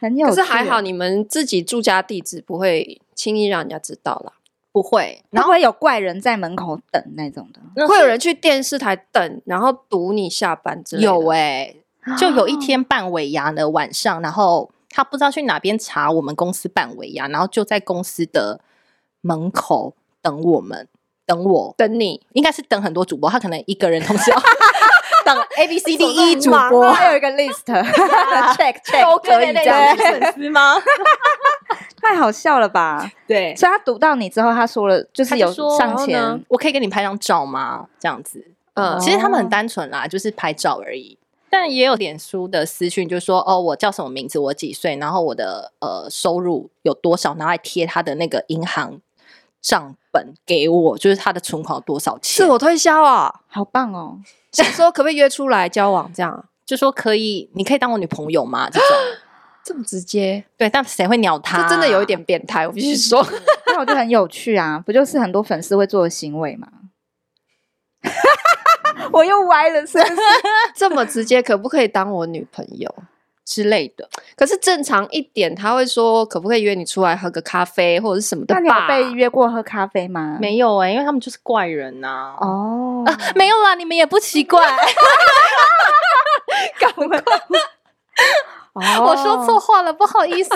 [SPEAKER 2] 很 有
[SPEAKER 1] 可
[SPEAKER 2] 趣。
[SPEAKER 1] 是还好，你们自己住家地址不会轻易让人家知道啦，
[SPEAKER 3] 不会，
[SPEAKER 2] 会不会有怪人在门口等那种的？
[SPEAKER 1] 会有人去电视台等，然后堵你下班之类的。
[SPEAKER 3] 有哎、就有
[SPEAKER 2] 哦
[SPEAKER 3] 一天办尾牙的晚上，然后他不知道去哪边查我们公司办尾牙，然后就在公司的门口等我们，等我，
[SPEAKER 1] 等你，
[SPEAKER 3] 应该是等很多主播，他可能一个人同时要 等 A B C D E 主
[SPEAKER 1] 忙
[SPEAKER 3] 播
[SPEAKER 1] 啊，
[SPEAKER 2] 还有一个 list check check
[SPEAKER 1] 都可以这样
[SPEAKER 2] 对
[SPEAKER 3] 粉丝吗？
[SPEAKER 2] 太好笑了吧？
[SPEAKER 3] 对，
[SPEAKER 2] 所以他读到你之后，他说了，就
[SPEAKER 3] 他
[SPEAKER 2] 是
[SPEAKER 3] 就
[SPEAKER 2] 有
[SPEAKER 3] 说
[SPEAKER 2] 上
[SPEAKER 1] 然后呢
[SPEAKER 2] 前
[SPEAKER 3] 我可以给你拍张照吗？这样子，
[SPEAKER 1] 嗯
[SPEAKER 3] 其实他们很单纯啦，就是拍照而已。但也有脸书的私讯，就说哦，我叫什么名字，我几岁，然后我的呃收入有多少，拿来贴他的那个银行账本给我，就是他的存款有多少钱，
[SPEAKER 1] 自我推销 啊，
[SPEAKER 2] 好棒哦！
[SPEAKER 1] 想说可不可以约出来交往这样啊？
[SPEAKER 3] 就说可以，你可以当我女朋友吗？ 这种
[SPEAKER 1] 这么直接，
[SPEAKER 3] 对，但谁会鸟他、
[SPEAKER 1] 这真的有一点变态，我必须说。
[SPEAKER 2] 那我就很有趣啊， 不就是很多粉丝会做的行为吗？我又歪了，是不是？
[SPEAKER 1] 这么直接，可不可以当我女朋友？
[SPEAKER 3] 之类的。
[SPEAKER 1] 可是正常一点，他会说可不可以约你出来喝个咖啡或者是什么的
[SPEAKER 2] 那你有
[SPEAKER 1] 吧？
[SPEAKER 2] 被约过喝咖啡吗？
[SPEAKER 3] 没有
[SPEAKER 1] 欸
[SPEAKER 3] 哎、因为他们就是怪人
[SPEAKER 1] 啊
[SPEAKER 3] 呐、
[SPEAKER 2] 哦，
[SPEAKER 3] 啊没有啦，你们也不奇怪。
[SPEAKER 1] 哦
[SPEAKER 3] 我说错话了，不好意思。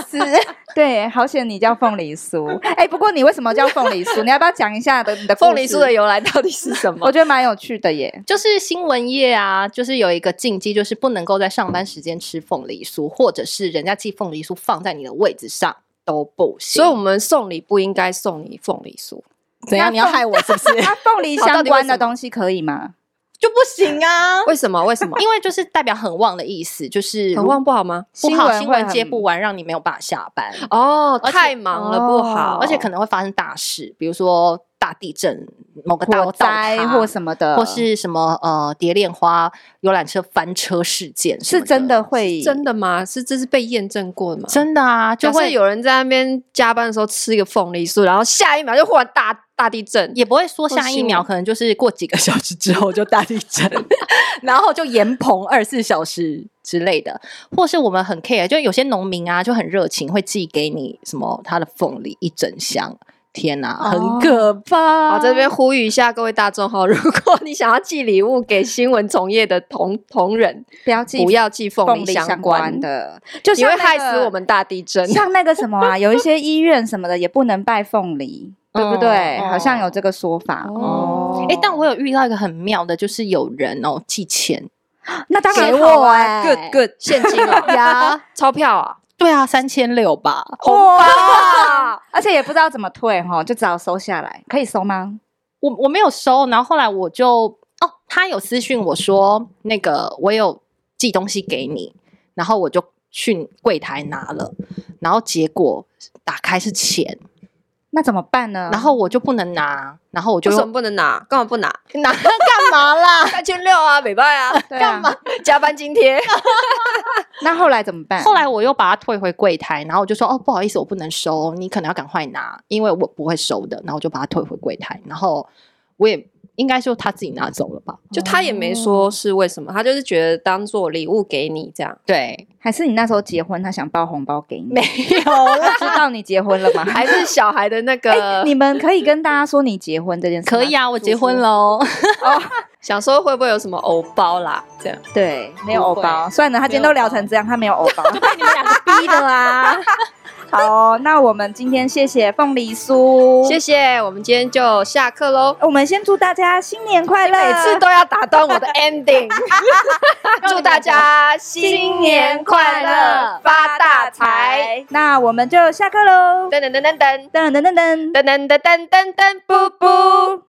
[SPEAKER 2] 对，好险你叫凤梨酥。哎、不过你为什么叫凤梨酥？你要不要讲一下的你的
[SPEAKER 1] 凤梨酥的
[SPEAKER 2] 由
[SPEAKER 1] 由来到底是什么
[SPEAKER 2] 我？觉得蛮有趣的耶。
[SPEAKER 3] 就是新闻业啊，就是有一个禁忌，就是不能够在上班时间吃凤梨酥，或者是人家寄凤梨酥放在你的位置上都不行。
[SPEAKER 1] 所以我们送礼不应该送你凤梨酥，
[SPEAKER 3] 怎样？你要害我是不是？
[SPEAKER 2] 那凤梨
[SPEAKER 1] 好到
[SPEAKER 2] 相
[SPEAKER 1] 底为
[SPEAKER 2] 关
[SPEAKER 1] 什么
[SPEAKER 2] 的东西可以吗？
[SPEAKER 3] 就不 行啊，
[SPEAKER 1] 为什么？为什么？
[SPEAKER 3] 因为就是代表很旺的意思，就是
[SPEAKER 1] 很旺不好吗？
[SPEAKER 3] 不好，新
[SPEAKER 2] 会
[SPEAKER 3] 闻
[SPEAKER 2] 很
[SPEAKER 3] 接不完，让你没有办法下班，
[SPEAKER 1] 哦，
[SPEAKER 3] 而且
[SPEAKER 1] 太忙了不好，
[SPEAKER 2] 哦
[SPEAKER 3] 而且可能会发生大事，比如说大地震、某个大
[SPEAKER 2] 火
[SPEAKER 3] 楼
[SPEAKER 2] 灾
[SPEAKER 3] 倒塌
[SPEAKER 2] 或什么的，
[SPEAKER 3] 或是什么呃蝶恋花游览车翻车事件什
[SPEAKER 2] 是
[SPEAKER 3] 么
[SPEAKER 2] 真的会
[SPEAKER 1] 真的吗？是这是被验证过的吗？
[SPEAKER 3] 真的啊，就
[SPEAKER 1] 就会
[SPEAKER 3] 会
[SPEAKER 1] 有人在那边加班的时候吃一个凤梨酥，然后下一秒就忽然大大地震，
[SPEAKER 3] 也不会说
[SPEAKER 1] 或
[SPEAKER 3] 下一
[SPEAKER 1] 新
[SPEAKER 3] 秒，
[SPEAKER 1] 闻
[SPEAKER 3] 可能就是过几个小 时之后就大地震， 然后就延棚二十四小时之类的，或是我们很 care，就有些农民啊就很热情，会寄给你什么他的凤梨一整箱。天呐、
[SPEAKER 2] 哦
[SPEAKER 3] 很可怕！
[SPEAKER 1] 好，在这边呼吁一下各位大众哈， 如果你想要寄礼物给新闻从业的同同仁，
[SPEAKER 2] 不要记
[SPEAKER 1] 不要寄凤
[SPEAKER 2] 凤
[SPEAKER 1] 梨
[SPEAKER 2] 梨相
[SPEAKER 1] 关
[SPEAKER 2] 关，的，就
[SPEAKER 1] 你
[SPEAKER 2] 像
[SPEAKER 1] 会
[SPEAKER 2] 那
[SPEAKER 1] 害
[SPEAKER 2] 个
[SPEAKER 1] 死我。们大地震。
[SPEAKER 2] 像那个什么啊，有一些医院什么的也不能拜凤梨，对不对？
[SPEAKER 3] 嗯
[SPEAKER 2] 好像有这个说法。
[SPEAKER 1] 哦
[SPEAKER 3] 哎、但我有遇到一个很妙的，就是有人哦寄钱，
[SPEAKER 2] 那当然
[SPEAKER 1] 给
[SPEAKER 2] 好
[SPEAKER 1] 我
[SPEAKER 2] 啊
[SPEAKER 1] 哎
[SPEAKER 2] ，good，good
[SPEAKER 1] good，现金哦呀，钞票啊，
[SPEAKER 3] 对啊，三千六吧，
[SPEAKER 2] 哇！而且也不知道怎么退哈，就只好收下来。可以收吗？
[SPEAKER 3] 我我没有收，然后后来我就哦，他有私讯我说那个我有寄东西给你，然后我就去柜台拿了，然后结果打开是钱，
[SPEAKER 2] 那怎么办呢？
[SPEAKER 3] 然后我就不能拿，然后我就
[SPEAKER 1] 为什么
[SPEAKER 3] 用
[SPEAKER 1] 不能拿？干嘛不拿？
[SPEAKER 3] 拿干嘛啦？
[SPEAKER 1] 三千六啊，美拜啊，
[SPEAKER 2] 对啊？哦
[SPEAKER 1] 加班津贴？
[SPEAKER 2] 那后来怎么办？
[SPEAKER 3] 后来我又把它退回柜台，然后我就说哦不好意思，我不能收，你可能要赶快拿，因为我不会收的，然后我就把它退回柜台，然后我也应该就他自己拿走了吧？
[SPEAKER 1] 就他也没说是为什么，他就是觉得当做礼物给你这样。
[SPEAKER 3] 对，
[SPEAKER 2] 还是你那时候结婚，他想包红包给你？
[SPEAKER 3] 没有啦，
[SPEAKER 2] 知道你结婚了吗？
[SPEAKER 1] 还是小孩的那
[SPEAKER 2] 哎
[SPEAKER 1] 个，
[SPEAKER 2] 你们可以跟大家说你结婚这件事吗。
[SPEAKER 3] 可以啊，我结婚
[SPEAKER 2] 祝福。
[SPEAKER 3] 喽。
[SPEAKER 1] 想说会不会有什么偶包啦？这样
[SPEAKER 2] 对，没有
[SPEAKER 3] 不
[SPEAKER 2] 偶
[SPEAKER 3] 会
[SPEAKER 2] 包。算了，他今天都聊成这样，他没有偶包。
[SPEAKER 3] 你们两个逼的啊！
[SPEAKER 2] 好哦，那我们今天谢谢凤梨酥，
[SPEAKER 1] 谢。谢，我们今天就下课喽。
[SPEAKER 2] 我们先祝大家新年快乐，
[SPEAKER 1] 每次都要打断我的 ending，祝大家新年快乐，发大财！。
[SPEAKER 2] 那我们就下课喽，
[SPEAKER 1] 噔噔噔噔噔
[SPEAKER 2] 噔噔噔噔。
[SPEAKER 1] 噔噔噔噔噔噔，布布。